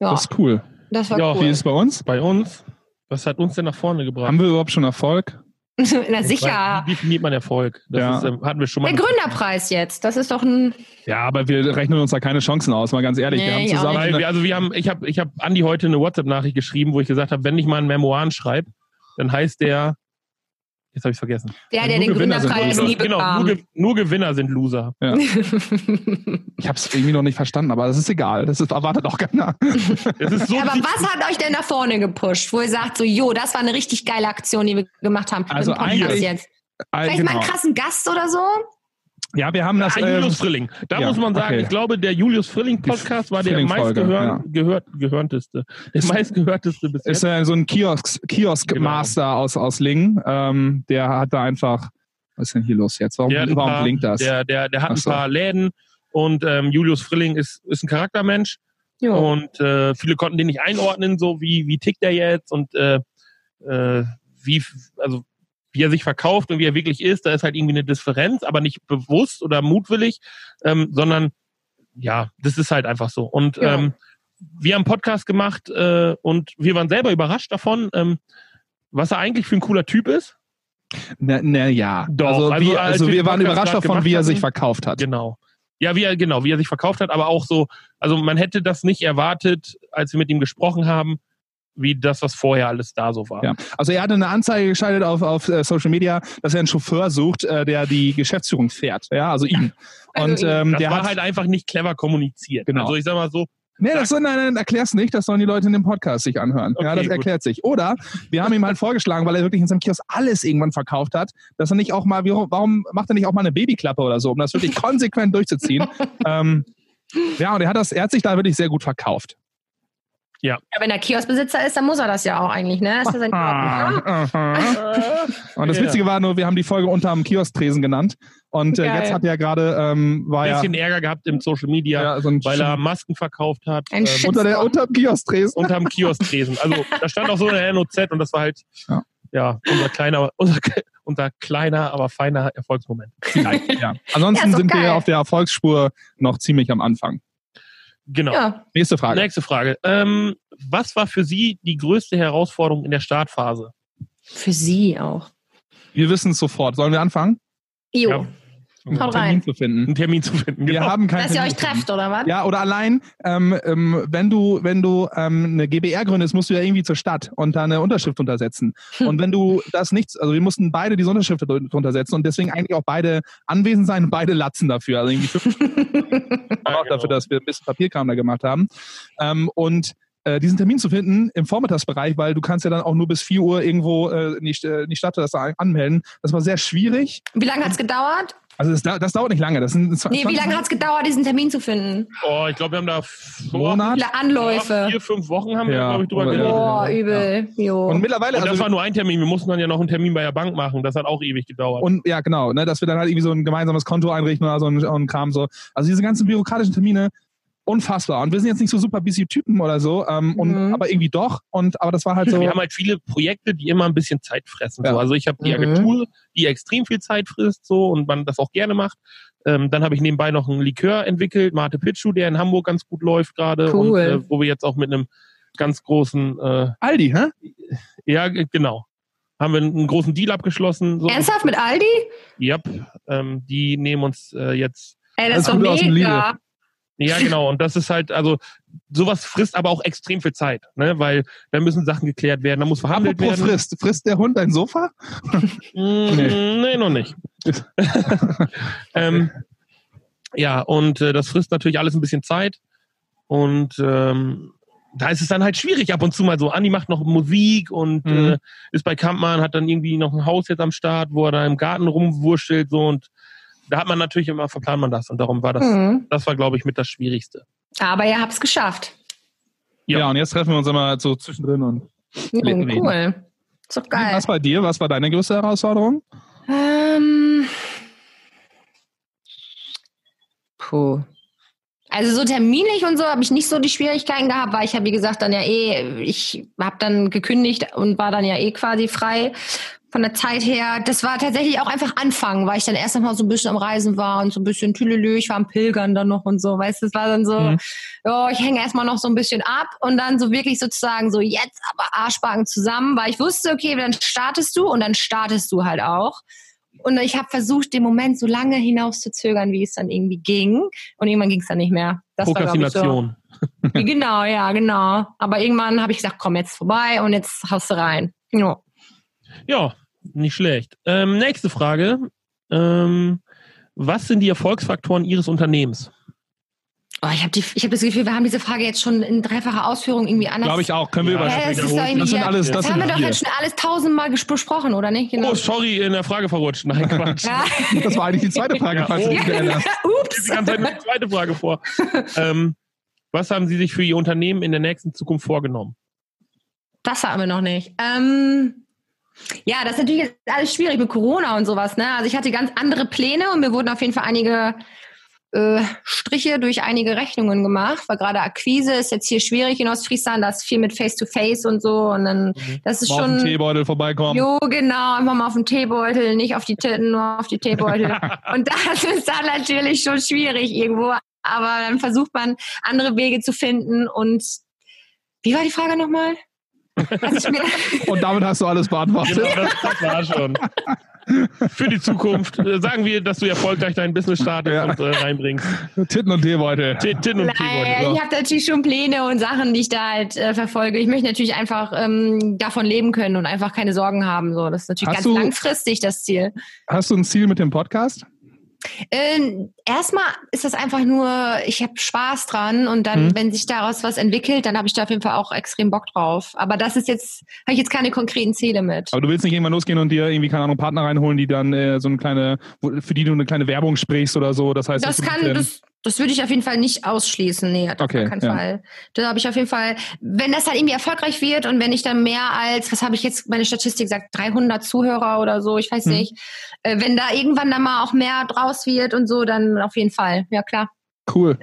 Ja,
Das
das,
ist cool.
war
ja,
Wie
cool.
ist es bei uns?
Bei uns? Was hat uns denn nach vorne gebracht?
Haben wir überhaupt schon Erfolg?
Na sicher.
Wie definiert man Erfolg? Das
Ja.
ist, ähm, hatten wir schon mal.
Der Gründerpreis jetzt, das ist doch ein...
Ja, aber wir rechnen uns da keine Chancen aus, mal ganz ehrlich.
Nee,
wir haben
ich auch
zusammen.
Weil wir, also wir haben, ich habe ich hab Andi heute eine WhatsApp-Nachricht geschrieben, wo ich gesagt habe, wenn ich mal einen Memoiren schreibe, dann heißt der Jetzt habe ich vergessen.
Der, der den
Gewinner sind
Gründerpreis
Loser.
nie
Genau, nur,
bekam.
Ge- nur Gewinner sind Loser.
Ich habe es irgendwie noch nicht verstanden, aber das ist egal. Das ist, erwartet auch keiner. Äh,
Es ist so
Aber
viel-
was hat euch denn nach vorne gepusht, wo ihr sagt, so, jo, das war eine richtig geile Aktion, die wir gemacht haben. mit
Also
dem Podcast
eigentlich-
jetzt.
Äh,
Vielleicht mal
genau.
einen krassen Gast oder so?
Ja, wir haben das.
ah,
ähm,
Julius Frilling. Da
ja,
muss man sagen,
okay.
ich glaube, der Julius Frilling Podcast war der
Frilling-Folge,
meistgehörnteste, gehört, gehörnteste, der meistgehörteste bis
ist
jetzt.
äh, so ein Kiosk, Kiosk-Master aus, aus Lingen. Ähm, der hat da einfach. Was ist denn hier los jetzt? Warum,
Der hat ein
warum
paar-
blinkt das?
Der, der, der hat
Ach
ein
so.
paar Läden und ähm, Julius Frilling ist, ist ein Charaktermensch
Jo.
und äh, viele konnten den nicht einordnen, so wie, wie tickt der jetzt und äh, äh, wie, f- also wie er sich verkauft und wie er wirklich ist, da ist halt irgendwie eine Differenz, aber nicht bewusst oder mutwillig, ähm, sondern ja, das ist halt einfach so. Und
Ja.
ähm, wir haben einen Podcast gemacht äh, und wir waren selber überrascht davon, ähm, was er eigentlich für ein cooler Typ ist.
Na, na ja.
Doch,
also,
also
wir,
als
also
wir
wir
den
waren
Podcast
überrascht
gerade
davon,
gemacht
wie er
hatten.
sich verkauft hat.
Genau. Ja, wie er, genau, wie er sich verkauft hat, aber auch so, also man hätte das nicht erwartet, als wir mit ihm gesprochen haben, wie das, was vorher alles da so war.
Ja. Also er hatte eine Anzeige geschaltet auf, auf äh, Social Media, dass er einen Chauffeur sucht, äh, der die Geschäftsführung fährt. Ja, also ihn.
Also
Und
ihn.
ähm,
Das
der
war
hat
halt einfach nicht clever kommuniziert.
Genau.
Also ich sag mal so,
Nee, das soll, nein, nein, erklär's nicht, das sollen die Leute in dem Podcast sich anhören. ja,
Okay,
das
gut.
erklärt sich. Oder wir haben ihm halt vorgeschlagen, weil er wirklich in seinem Kiosk alles irgendwann verkauft hat, dass er nicht auch mal, wie- warum macht er nicht auch mal eine Babyklappe oder so, um das wirklich konsequent durchzuziehen? ähm, ja, und er hat das, er hat sich da wirklich sehr gut verkauft.
Ja, wenn er Kioskbesitzer ist, dann muss er das ja auch eigentlich, ne? Ist das ein
Ah, aha. und das
Ja.
Witzige war nur, wir haben die Folge unterm Kiosktresen genannt. Und äh,
Geil.
jetzt hat er gerade, ähm, war
ein
ja,
bisschen Ärger gehabt im Social Media,
ja so ein
weil er Masken verkauft hat. ähm,
Ein Shit.
unter der unterm
Oh,
Kiosktresen.
unterm Kiosk-Tresen. Also da stand auch so eine NOZ und das war halt
Ja.
ja, unser kleiner, unser, unser kleiner, aber feiner Erfolgsmoment.
Vielleicht, ja. Ansonsten
Ja, ist doch
sind
geil.
wir auf der Erfolgsspur noch ziemlich am Anfang.
Genau.
ja.
Nächste Frage.
Nächste Frage. Ähm, was war für Sie die größte Herausforderung in der Startphase?
Für sie auch.
Wir wissen es sofort. Sollen wir anfangen? Um
Jo.
Ja.
Termin
Haut rein.
zu finden.
Einen Termin zu finden. Genau.
Wir haben keinen
Dass ihr
Termin
euch trefft, oder was?
Ja, oder allein, ähm, ähm, wenn du, wenn du ähm, eine GBR gründest, musst du ja irgendwie zur Stadt und da eine Unterschrift untersetzen. Und wenn du das nichts, also wir mussten beide diese Unterschrift drun- drunter setzen und deswegen eigentlich auch beide anwesend sein und beide latzen dafür. Also irgendwie fünf
Ja,
auch
genau.
dafür, dass wir ein bisschen Papierkram da gemacht haben. Ähm, und äh, diesen Termin zu finden im Vormittagsbereich, weil du kannst ja dann auch nur bis 4 Uhr irgendwo äh, in, die, St- in die Stadt das da anmelden. Das war sehr schwierig.
Wie lange hat's gedauert?
Also das, dau- das dauert nicht lange. Das sind
Nee, wie
20
lange hat's gedauert, diesen Termin zu finden?
Oh, ich glaube, wir haben da f-
Monat?
Viele
Ja,
Anläufe.
vier, fünf Wochen haben wir,
Ja,
glaube ich, drüber
oder-
geredet.
Boah, übel. Jo.
Und mittlerweile,
Und das
also,
war nur ein Termin. Wir mussten dann ja noch einen Termin bei der Bank machen. Das hat auch ewig gedauert.
und ja, genau, ne, dass wir dann halt irgendwie so ein gemeinsames Konto einrichten oder so ein, so ein Kram so. Also diese ganzen bürokratischen Termine, unfassbar. Und wir sind jetzt nicht so super busy Typen oder so, ähm, und,
Mhm.
aber irgendwie doch. Und aber das war halt so.
wir haben halt viele Projekte, die immer ein bisschen Zeit fressen.
Ja.
So. Also ich habe die
Mhm.
Agentur, die extrem viel Zeit frisst so und man das auch gerne macht. Ähm, dann habe ich nebenbei noch einen Likör entwickelt, Mate Picchu, der in Hamburg ganz gut läuft gerade
Cool.
und äh, wo wir jetzt auch mit einem ganz großen, äh,
Aldi, hä?
ja g- genau, haben wir einen großen Deal abgeschlossen. So.
Ernsthaft mit Aldi?
Yep. Ähm, die nehmen uns äh, jetzt
Ey, das
Alles
ist doch
Gute aus dem
mega.
Ja, genau. Und das ist halt, also sowas frisst aber auch extrem viel Zeit, ne? Weil da müssen Sachen geklärt werden, da muss verhandelt
Apropos
werden.
frisst. Frisst der Hund ein Sofa?
Mm, nee. noch nicht. ähm, ja, und äh, das frisst natürlich alles ein bisschen Zeit. Und ähm, da ist es dann halt schwierig ab und zu mal so. Andi macht noch Musik und
Mhm.
äh, ist bei Kampmann, hat dann irgendwie noch ein Haus jetzt am Start, wo er da im Garten rumwurschtelt so und da hat man natürlich immer verplant man das und darum war das,
Mhm.
das war glaube ich mit das Schwierigste.
Aber ihr habt's geschafft.
Ja.
Ja.
und jetzt treffen wir uns immer so zwischendrin und.
Jo,
Leben.
cool. Ist doch geil.
Was bei dir? Was war deine größte Herausforderung?
Ähm. Puh. Also so terminlich und so habe ich nicht so die Schwierigkeiten gehabt, weil ich ja wie gesagt dann ja eh, ich habe dann gekündigt und war dann ja eh quasi frei von der Zeit her. Das war tatsächlich auch einfach Anfang, weil ich dann erst noch mal so ein bisschen am Reisen war und so ein bisschen Tülelü, ich war am Pilgern dann noch und so, weißt du, es war dann so,
Mhm.
ja, Oh, ich hänge erstmal noch so ein bisschen ab und dann so wirklich sozusagen so jetzt aber Arschbacken zusammen, weil ich wusste, okay, dann startest du und dann startest du halt auch. Und ich habe versucht, den Moment so lange hinauszuzögern, wie es dann irgendwie ging. Und irgendwann ging es dann nicht mehr. Das war, glaub ich, so.
Prokrastination.
Genau, ja, genau. Aber irgendwann habe ich gesagt, komm jetzt vorbei und jetzt haust du rein. Ja.
Ja, Nicht schlecht. Ähm, nächste Frage. Ähm, was sind die Erfolgsfaktoren Ihres Unternehmens?
Oh, ich habe hab das Gefühl, wir haben diese Frage jetzt schon in dreifacher Ausführung irgendwie anders.
Glaube ich auch. Können wir
Ja,
überspringen.
das ist doch irgendwie
Das sind
hier-
alles, das
Das haben
sind
wir doch
wir.
jetzt schon alles tausendmal ges- besprochen, oder nicht?
Oh, sorry, in der Frage verrutscht. Nein, Quatsch.
Genau. Ja.
Das war eigentlich die zweite Frage,
Ja.
falls du dich erinnerst.
Ich
Ups.
kann nur die zweite Frage vor. ähm, was haben Sie sich für Ihr Unternehmen in der nächsten Zukunft vorgenommen?
Das hatten wir noch nicht. Ähm, ja, das ist natürlich jetzt alles schwierig mit Corona und sowas. Ne? Also ich hatte ganz andere Pläne und mir wurden auf jeden Fall einige äh, Striche durch einige Rechnungen gemacht, weil gerade Akquise ist jetzt hier schwierig in Ostfriesland, das ist viel mit Face-to-Face und so und dann, das ist
Mal auf den
schon...
Teebeutel vorbeikommen.
Jo, genau, einfach mal auf den Teebeutel, nicht auf die Titten, nur auf die Teebeutel. und das ist dann natürlich schon schwierig irgendwo, aber dann versucht man, andere Wege zu finden und wie war die Frage nochmal? Dass ich mir-
Und damit hast du alles beantwortet.
Genau, das, das war schon. Für die Zukunft äh, sagen wir, dass du erfolgreich dein Business startest
Ja.
und äh, reinbringst.
Titten und Teebeutel.
T- Tin und Teebeutel.
Naja, ich habe natürlich schon Pläne und Sachen, die ich da halt äh, verfolge. Ich möchte natürlich einfach ähm, davon leben können und einfach keine Sorgen haben. So, das ist natürlich
Hast
ganz
du-
langfristig das Ziel.
Hast du ein Ziel mit dem Podcast?
Ähm, erstmal ist das einfach nur, ich habe Spaß dran und dann,
Mhm.
wenn sich daraus was entwickelt, dann habe ich da auf jeden Fall auch extrem Bock drauf. Aber das ist jetzt, habe ich jetzt keine konkreten Ziele mit.
Aber du willst nicht irgendwann losgehen und dir irgendwie, keine Ahnung, Partner reinholen, die dann äh, so eine kleine, wo- für die du eine kleine Werbung sprichst oder so. Das heißt,
Das
dass du
kann,
mit den-
das, das würde ich auf jeden Fall nicht ausschließen. Nee, auf
Okay,
gar keinen
ja.
Fall. Da habe ich auf jeden Fall, wenn das dann irgendwie erfolgreich wird und wenn ich dann mehr als, was habe ich jetzt, meine Statistik sagt, 300 Zuhörer oder so, ich weiß
Mhm.
nicht. Äh, wenn da irgendwann dann mal auch mehr draus wird und so, dann auf jeden Fall. Ja, klar.
Cool.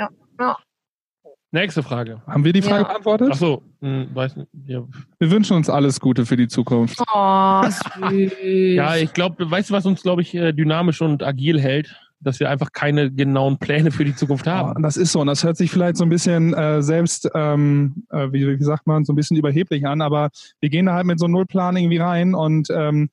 Nächste Frage.
Haben wir die Frage
Ja.
beantwortet?
Ach so, hm, weiß nicht. Ja,
Wir wünschen uns alles Gute für die Zukunft.
Oh, süß.
ja ich glaube, weißt du, was uns, glaube ich, äh, dynamisch und agil hält? Dass wir einfach keine genauen Pläne für die Zukunft
Ja,
haben.
und Ah, das ist so. Und das hört sich vielleicht so ein bisschen äh, selbst, ähm, äh, wie, wie sagt man, so ein bisschen überheblich an, aber wir gehen da halt mit so einem Nullplan irgendwie rein und ähm,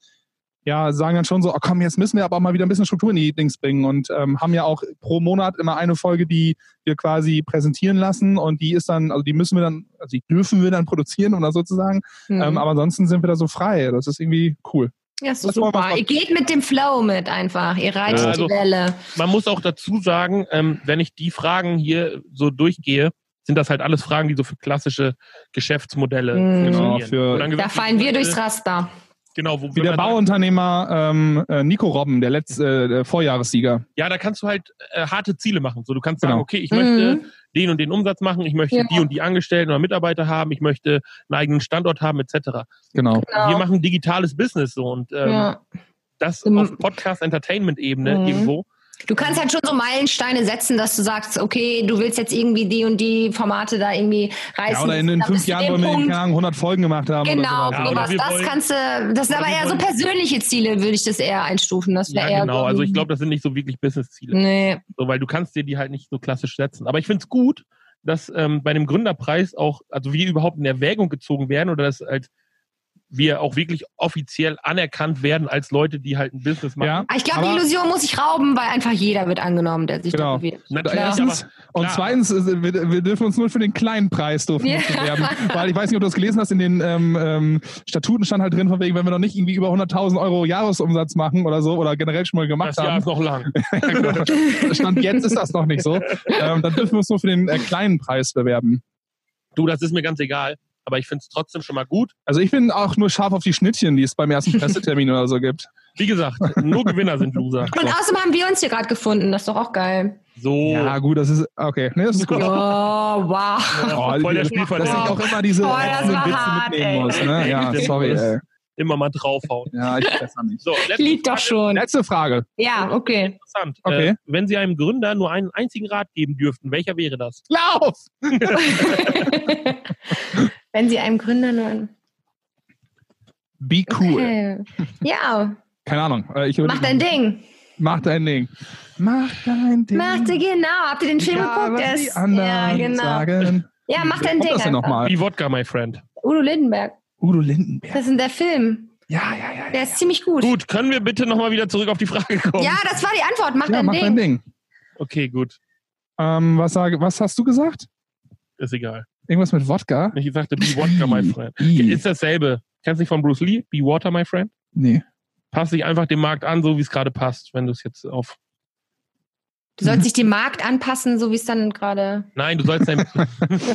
ja, sagen dann schon so, oh komm, jetzt müssen wir aber auch mal wieder ein bisschen Struktur in die Dings bringen und ähm, haben ja auch pro Monat immer eine Folge, die wir quasi präsentieren lassen und die ist dann, also die müssen wir dann, also die dürfen wir dann produzieren oder sozusagen,
Hm.
ähm, aber ansonsten sind wir da so frei. Das ist irgendwie cool.
ja, ist
das wollen wir
super.
mal-
Ihr geht mit dem Flow mit einfach. Ihr reitet
Ja, also-
die Welle.
Man muss auch dazu sagen, ähm, wenn ich die Fragen hier so durchgehe, sind das halt alles Fragen, die so für klassische Geschäftsmodelle
Mhm. Genau,
funktionieren.
für-
Wo dann
Da
gesagt
fallen wir
wird,
durchs
äh,
Raster.
Genau, wo
Wie der
wenn man sagt,
Bauunternehmer ähm, äh, Nico Robben, der letzte äh, der Vorjahressieger.
Ja, da kannst du halt äh, harte Ziele machen. So, du kannst sagen,
Genau.
okay, ich
Mhm.
möchte den und den Umsatz machen, ich möchte
Ja.
die und die Angestellten oder Mitarbeiter haben, ich möchte einen eigenen Standort haben, etc.
Genau.
Wir machen digitales Business so und ähm,
Ja.
das
Mhm.
auf Podcast-Entertainment-Ebene
Mhm.
irgendwo.
Du kannst halt schon so Meilensteine setzen, dass du sagst, okay, du willst jetzt irgendwie die und die Formate da irgendwie reißen.
Ja, oder in, in
Da
fünf
bist du
Jahren
den
wollen wir
Punkt.
keine Ahnung, 100 Folgen gemacht haben.
Genau,
Oder
Ja,
sowas.
oder wir
das
wollen-
kannst du, das sind
oder
aber
wir
eher so
wollen-
persönliche Ziele, würde ich das eher einstufen. Das wäre
Ja,
eher
genau.
so, Mhm.
Also ich glaube, das sind nicht so wirklich Business-Ziele,
Nee.
so, weil du kannst dir die halt nicht so klassisch setzen. Aber ich finde es gut, dass ähm, bei dem Gründerpreis auch, also wir überhaupt in Erwägung gezogen werden oder dass halt wir auch wirklich offiziell anerkannt werden als Leute, die halt ein Business
so.
machen.
Ja,
Aber Ah, ich glaube, die
aber-
Illusion muss ich rauben, weil einfach jeder wird angenommen, der sich
Genau.
da bewirbt.
Natürlich, aber-
Erstens. Und
klar.
zweitens, äh, wir, wir dürfen uns nur für den kleinen Preis dürfen wir uns
Ja.
bewerben. Weil ich weiß nicht, ob du das gelesen hast, in den ähm, ähm, Statuten stand halt drin, von wegen, wenn wir noch nicht irgendwie über 100.000 Euro Jahresumsatz machen oder so, oder generell schon mal gemacht
das Jahr
haben.
ist noch lang.
Stand jetzt ist das noch nicht so. Ähm, dann dürfen wir uns nur für den äh, kleinen Preis bewerben.
Du, das ist mir ganz egal. Aber ich finde es trotzdem schon mal gut.
Also ich bin auch nur scharf auf die Schnittchen, die es beim ersten Pressetermin oder so gibt.
Wie gesagt, nur Gewinner sind Loser.
Und außerdem haben wir uns hier gerade gefunden, das ist doch auch geil.
So.
Ja, gut, das ist, okay. Nee, das ist
Oh,
gut.
wow.
Oh,
voll der
die-
Spielverderber.
Dass ich auch immer diese
Oh, das war
Witze
hart,
mitnehmen
ey.
muss. Ne? Ja,
Stimmt.
sorry.
Das-
Ey.
Immer mal draufhauen.
Ja, ich besser nicht.
So, letzte
Liegt doch
Frage,
schon.
Letzte Frage.
Ja, okay.
Interessant.
Okay.
Äh, wenn Sie einem Gründer nur einen einzigen Rat geben dürften, welcher wäre das?
Lauf!
Wenn sie einem Gründer nur.
Be cool.
Okay. Ja,
Keine Ahnung. äh, Ich
mach dein Ding.
Mach dein Ding. Mach dein Ding.
Mach dir genau. Habt ihr den Film
Egal,
geguckt? Der
was die
ist-
anderen
ja, genau.
sagen.
Ja, mach dein
Kommt
Ding.
das denn
einfach.
nochmal?
Wie Wodka, my friend.
Udo Lindenberg.
Udo Lindenberg.
Das ist denn der Film.
Ja, ja, ja. ja.
Der ist ziemlich gut.
Gut, können wir bitte nochmal wieder zurück auf die Frage kommen?
Ja, das war die Antwort. Mach
Ja,
dein
mach
Ding.
dein Ding.
Okay, gut.
Ähm, was, sage, was hast du gesagt?
Ist egal.
Irgendwas mit Wodka?
Ich sagte, be Wodka, my friend.
I.
Ist dasselbe. Kennst du nicht von Bruce Lee? Be Water, my friend?
Nee.
Pass dich einfach dem Markt an, so wie es gerade passt, wenn du es jetzt auf.
Du sollst dich dem Markt anpassen, so wie es dann gerade
Nein, du sollst dein,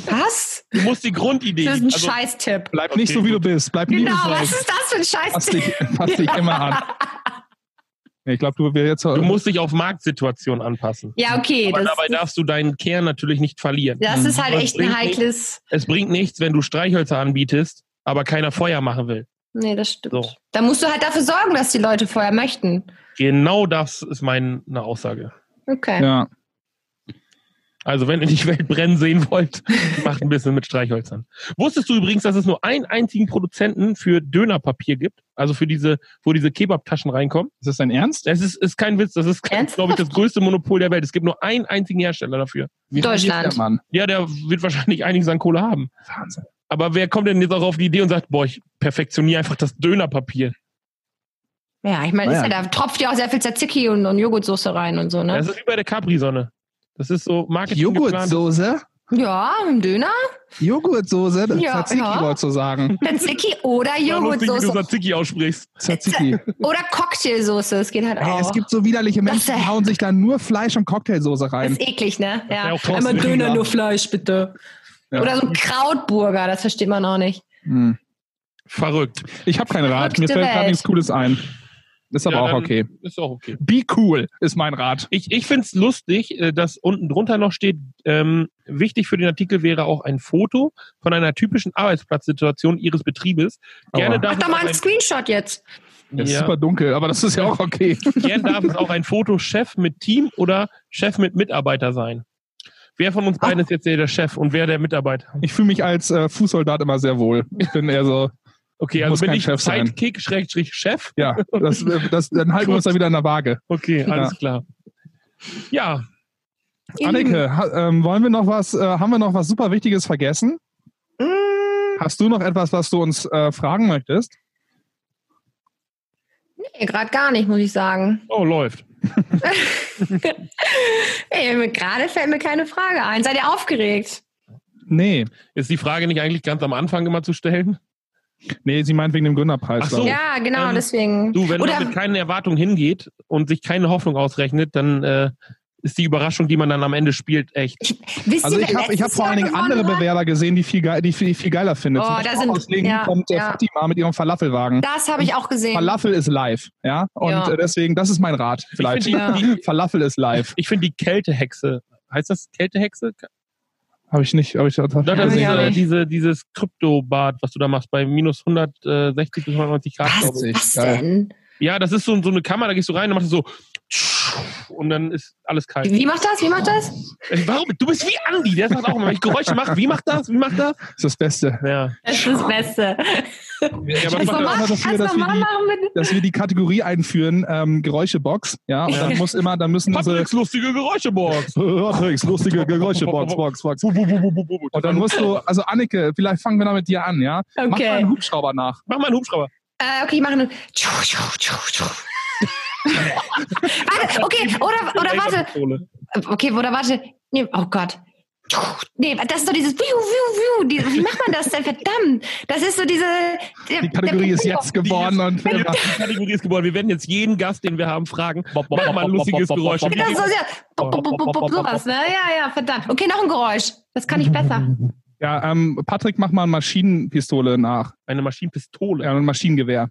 passt.
du musst die Grundidee.
Das ist ein
also,
Scheißtipp.
Bleib
Okay,
nicht so, wie du bist. Bleib
Genau,
liebevoll.
was ist das für ein
Pass
Scheißtipp?
dich, pass dich immer an. Nee, Ich glaube, du wir jetzt.
du musst dich auf Marktsituationen anpassen.
Ja, okay.
Aber
Das,
dabei darfst du deinen Kern natürlich nicht verlieren.
Hm.
das ist halt
Das
echt
bringt
ein heikles.
Es bringt nichts, wenn du Streichhölzer anbietest, aber keiner Feuer machen will.
Nee, das stimmt.
So.
Da musst du halt dafür sorgen, dass die Leute vorher möchten.
Genau das ist meine Aussage.
Okay.
ja.
Also, wenn ihr die Welt brennen sehen wollt, macht ein bisschen mit Streichhölzern. Wusstest du übrigens, dass es nur einen einzigen Produzenten für Dönerpapier gibt? Also für diese, wo diese Kebabtaschen reinkommen?
Ist das dein Ernst?
Das ist, ist kein Witz, das ist,
Ernsthaft?
glaube ich, das größte Monopol der Welt. Es gibt nur einen einzigen Hersteller dafür.
Wie viel ist der
Deutschland.
Mann?
Ja, der wird wahrscheinlich einiges an Kohle haben.
Wahnsinn.
Aber wer kommt denn jetzt auch auf die Idee und sagt, boah, ich perfektioniere einfach das Dönerpapier?
Ja, ich meine, ist
Naja.
ja, da tropft ja auch sehr viel Tzatziki und, und Joghurtsoße rein und so, ne?
Das ist wie bei der Capri-Sonne. Das ist so Marketing geplant.
Joghurtsoße?
Ja, im Döner.
Joghurtsoße? Das
Ja,
hat Ziki
ja.
wollte so sagen.
Tzatziki oder
Ja, lustig, wie du
Joghurtsoße.
Tzatziki aussprichst.
Tzatziki.
Oder Cocktailsoße. Es geht halt
Ey,
auch.
es gibt so widerliche
Das
Menschen, die
ist-
hauen sich da nur Fleisch und Cocktailsoße
das
rein.
ist eklig, ne?
ja
Ja.
auch trotzdem
Einmal Döner,
egal.
nur Fleisch, bitte.
Ja.
Oder so ein Krautburger, das versteht man auch nicht.
Hm.
Verrückt.
Ich habe keinen Rat. Mir
Verrückte
fällt gerade
Welt.
nichts Cooles ein. Ist aber
Ja,
auch
dann
okay.
Ist auch okay.
Be cool ist mein Rat.
Ich, ich finde es lustig, äh, dass unten drunter noch steht, ähm, wichtig für den Artikel wäre auch ein Foto von einer typischen Arbeitsplatzsituation Ihres Betriebes. Gerne
Aua.
darf,
Mach
es
doch
auch
mal
ein,
einen Screenshot jetzt.
Es ist
ja,
super dunkel, aber das ist ja auch okay.
gerne darf es auch ein Foto Chef mit Team oder Chef mit Mitarbeiter sein. Wer von uns beiden ist jetzt der der Chef und wer der Mitarbeiter?
Ich fühle mich als äh, Fußsoldat immer sehr wohl. Ich bin eher so,
Okay,
Muss
also bin
kein
ich
Chef sein.
Sidekick, Schrägstrich Chef.
ja, das, äh, das, dann halten wir uns da wieder in der Waage.
Okay, alles
Ja.
klar. Ja,
Ihr Lieben.
Anneke, ha, ähm, wollen wir noch was, äh, haben wir noch was super Wichtiges vergessen?
Mm.
Hast du noch etwas, was du uns äh, fragen möchtest?
Nee, gerade gar nicht, muss ich sagen.
oh, läuft.
Ey, mir- gerade fällt mir keine Frage ein. Seid ihr aufgeregt?
Nee.
Ist die Frage nicht eigentlich ganz am Anfang immer zu stellen?
Nee, sie meint wegen dem Gründerpreis.
Ach so.
glaub ich.
ja, genau,
ähm,
deswegen.
Du, wenn
Oder-
man mit keinen Erwartungen hingeht und sich keine Hoffnung ausrechnet, dann äh, ist die Überraschung, die man dann am Ende spielt, echt.
Wisst
Also
ihr,
ich
wer
habe ich hab
letztes
vor allen
Jahr
Dingen andere
gewonnen hat?
Bewerber gesehen, die viel, geil, die viel, viel geiler findet.
Oh,
Zum
da
Beispiel
sind-
auch aus Lingen
ja,
kommt äh,
ja.
Fatima mit ihrem Falafelwagen.
Das habe ich auch gesehen.
Falafel ist live, ja. Und
Ja.
äh, deswegen, das ist mein Rat. Vielleicht.
Ich finde die, die,
Falafel ist live.
ich find die Kältehexe, heißt das Kältehexe?
Habe ich nicht, habe ich das
Das ist
ich auch
diese,
nicht.
diese, dieses Kryptobad, was du da machst, bei minus 160 bis 190 Grad.
Was,
glaube ich.
was
Geil.
denn?
Ja, das ist so, so eine Kammer, da gehst du rein und machst so und dann ist alles kalt.
Wie macht das? Wie macht das?
Ey, Warum? Du bist wie Andi, der sagt auch immer, wenn ich Geräusche mache, wie macht das? Wie macht das?
ist das Beste.
Ja.
Das ist das Beste.
ja aber
Ich
macht
mach
das-
einfach
Kannst
dafür,
du
dass wir
nochmal
die-
machen, bitte?
Dass wir die Kategorie einführen, ähm, Geräuschebox, ja. Und
Ja.
dann muss immer, dann müssen sie.
Patricks lustige Geräuschebox.
Patricks, lustige Geräuschebox, Box, Box. Und dann musst du, also Anneke, vielleicht fangen wir da mit dir an, ja? Mach mal
Okay.
einen Hubschrauber nach.
Mach mal einen Hubschrauber.
Äh, okay, ich mache nur. Tschu, tschu, tschu, tschu. warte, okay, oder, oder warte.
Laserpistole.
Okay, oder warte. Nee, oh Gott. Tschu, Nee, das ist doch dieses Wiu, Wiu, Wiu. Die, wie macht man das denn? Verdammt. Das ist so diese. der-
Die Kategorie
der-
ist jetzt geworden und
Die Kategorie ist geboren. Wir werden jetzt jeden Gast, den wir haben, fragen. Mach mal ein lustiges Geräusch.
Genau, so, ja. Bup, bup, bup, bup, Sowas, ne? Ja, ja, verdammt. Okay, noch ein Geräusch. Das kann ich besser.
Ja, ähm, Patrick, mach mal eine Maschinenpistole nach.
Eine Maschinenpistole.
Ja, ein Maschinengewehr.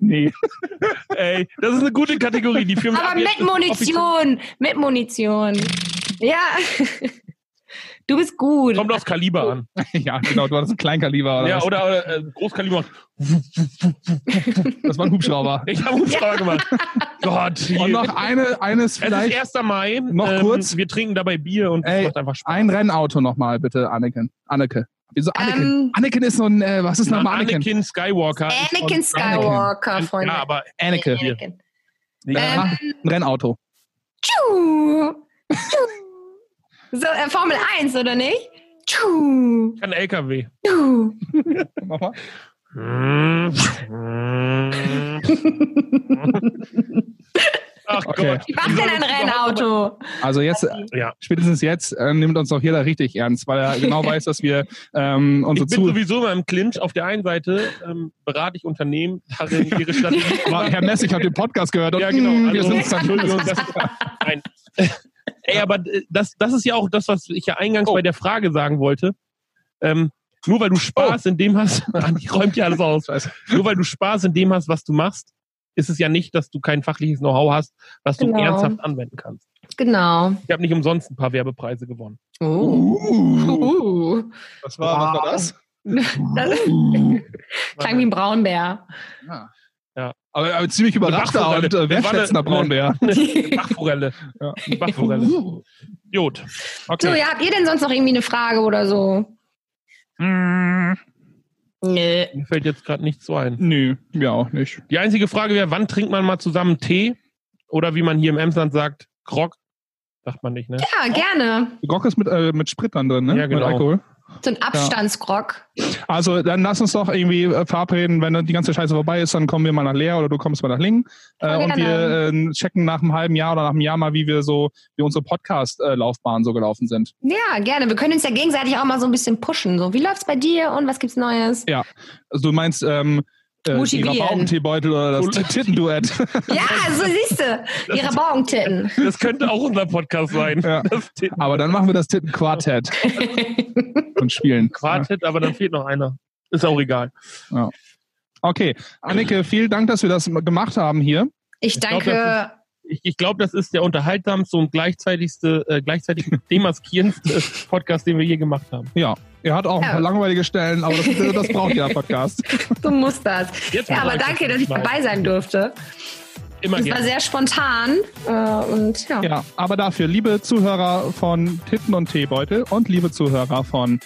Nee.
Ey, das ist eine gute Kategorie. Die führen wir ab
Aber
jetzt
mit
ins offizielle-
Munition. Mit Munition. Ja. Du bist gut.
Kommt aufs Kaliber an.
ja, genau, du hattest ein Kleinkaliber oder
Ja,
was?
oder äh, Großkaliber.
Das war ein Hubschrauber.
Ich habe Hubschrauber gemacht. Gott.
Und noch eine, eines
es ist
vielleicht.
1. Mai. Ähm,
Noch kurz.
Wir trinken dabei Bier und
Ey,
es macht einfach Spaß.
Ein Rennauto nochmal, bitte, Anneken. Anneke. Wieso Anneken?
Ähm.
Anneken ist so ein, äh, was ist nochmal Anneken?
Anakin Skywalker. ist von-
Anakin Skywalker, Freunde.
Ja, aber
Anneke.
hier.
Anakin.
Äh, mach ein Rennauto.
Tschu. Tschu. So, äh, Formel 1, oder nicht? Tschu.
kein LKW.
Tschu.
Nochmal.
ah, Ach
Okay.
Gott.
Wie macht denn ein Rennauto?
Also jetzt,
Ja.
spätestens jetzt, äh, nimmt uns doch jeder richtig ernst, weil er genau weiß, dass wir ähm, unsere
Ich bin
Zuhörer.
sowieso immer im Clinch. Auf der einen Seite ähm, berate ich Unternehmen darin, ihre Strategie zu
Herr Mess, ich habe den Podcast gehört und
Ja, genau.
mm, wir
Also,
sind
Entschuldigung, das ist, nein. Ey, aber äh, das, das ist ja auch das, was ich ja
Oh.
eingangs bei der Frage sagen wollte. Ähm, nur weil du Spaß in dem hast, Andi räumt ja alles aus.
Oh. Scheiße.
Nur weil du Spaß in dem hast, was du machst, ist es ja nicht, dass du kein fachliches Know-how hast, was du
Genau.
ernsthaft anwenden kannst.
Genau.
Ich habe nicht umsonst ein paar Werbepreise gewonnen.
Oh.
Uh,
Uh.
was, war, was war das?
Das
Uh.
klang wie ein Braunbär.
Aber, aber ziemlich überraschter und
Bachforelle.
äh,
Das war
wertschätzender
eine-
Braunbär.
Bachforelle.
Ja. Uh.
Die Bachforelle. Jod. Okay.
So, ja, habt ihr denn sonst noch irgendwie eine Frage oder so?
Hm.
Nee.
Mir fällt jetzt gerade nichts so ein.
Nö, mir auch nicht.
Die einzige Frage wäre, wann trinkt man mal zusammen Tee? Oder wie man hier im Emsland sagt, Grog? Sagt man nicht, ne?
Ja, gerne.
Grog ist mit, äh, mit Sprit dann drin, ne?
Ja, genau.
Mit Alkohol.
So ein Abstandsgrog.
Also dann lass uns doch irgendwie äh, verabreden, wenn die ganze Scheiße vorbei ist, dann kommen wir mal nach Leer oder du kommst mal nach Lingen. Äh,
Voll
und wir äh, checken nach einem halben Jahr oder nach einem Jahr mal, wie wir so, wie unsere Podcast-Laufbahn so gelaufen sind.
Ja, gerne. Wir können uns ja gegenseitig auch mal so ein bisschen pushen. So, wie läuft's bei dir und was gibt's Neues?
Also du meinst ähm, äh, die
Motivieren.
Rabaukenteebeutel oder das Tittenduett.
Ja, so siehst du. Ihre Bauentitten.
Das könnte auch unser Podcast sein.
Ja.
Das Tee-
Aber dann machen wir das Tittenquartett und spielen.
Quartett, aber dann fehlt noch einer. Ist auch egal.
Okay, Annike, vielen Dank, dass wir das gemacht haben hier.
Ich
glaub,
danke.
Ich, ich glaube, das ist der unterhaltsamste und gleichzeitigste, äh, gleichzeitig demaskierendste Podcast, den wir je gemacht haben.
Ja, er hat auch ein
Ja.
paar langweilige Stellen, aber das, das braucht jeder Podcast.
Du musst das.
Jetzt
Ja,
muss
aber
ich
danke, dass ich
mal-
dabei sein durfte.
Immer
Das war
gerne.
sehr spontan. Äh, und ja.
Ja, aber dafür, liebe Zuhörer von Titten und Teebeutel und liebe Zuhörer von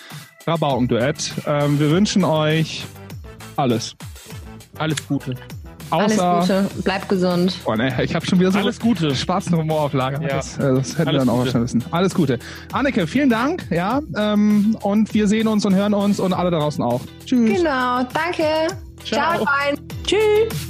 Rabaukenduett, ähm, wir wünschen euch alles.
Alles Gute.
Alles
Außer,
Gute. Bleib gesund.
Oh, ne, ich habe schon wieder so
Alles Gute.
schwarzen Humor auf Lager.
Ja.
Das, äh, das hätten wir
Alles
dann auch
Gute.
schon wissen. Alles Gute. Annike, vielen Dank. Ja, ähm, und wir sehen uns und hören uns und alle da draußen auch. Tschüss.
Genau. Danke. Ciao.
Ciao.
Ciao. Tschüss.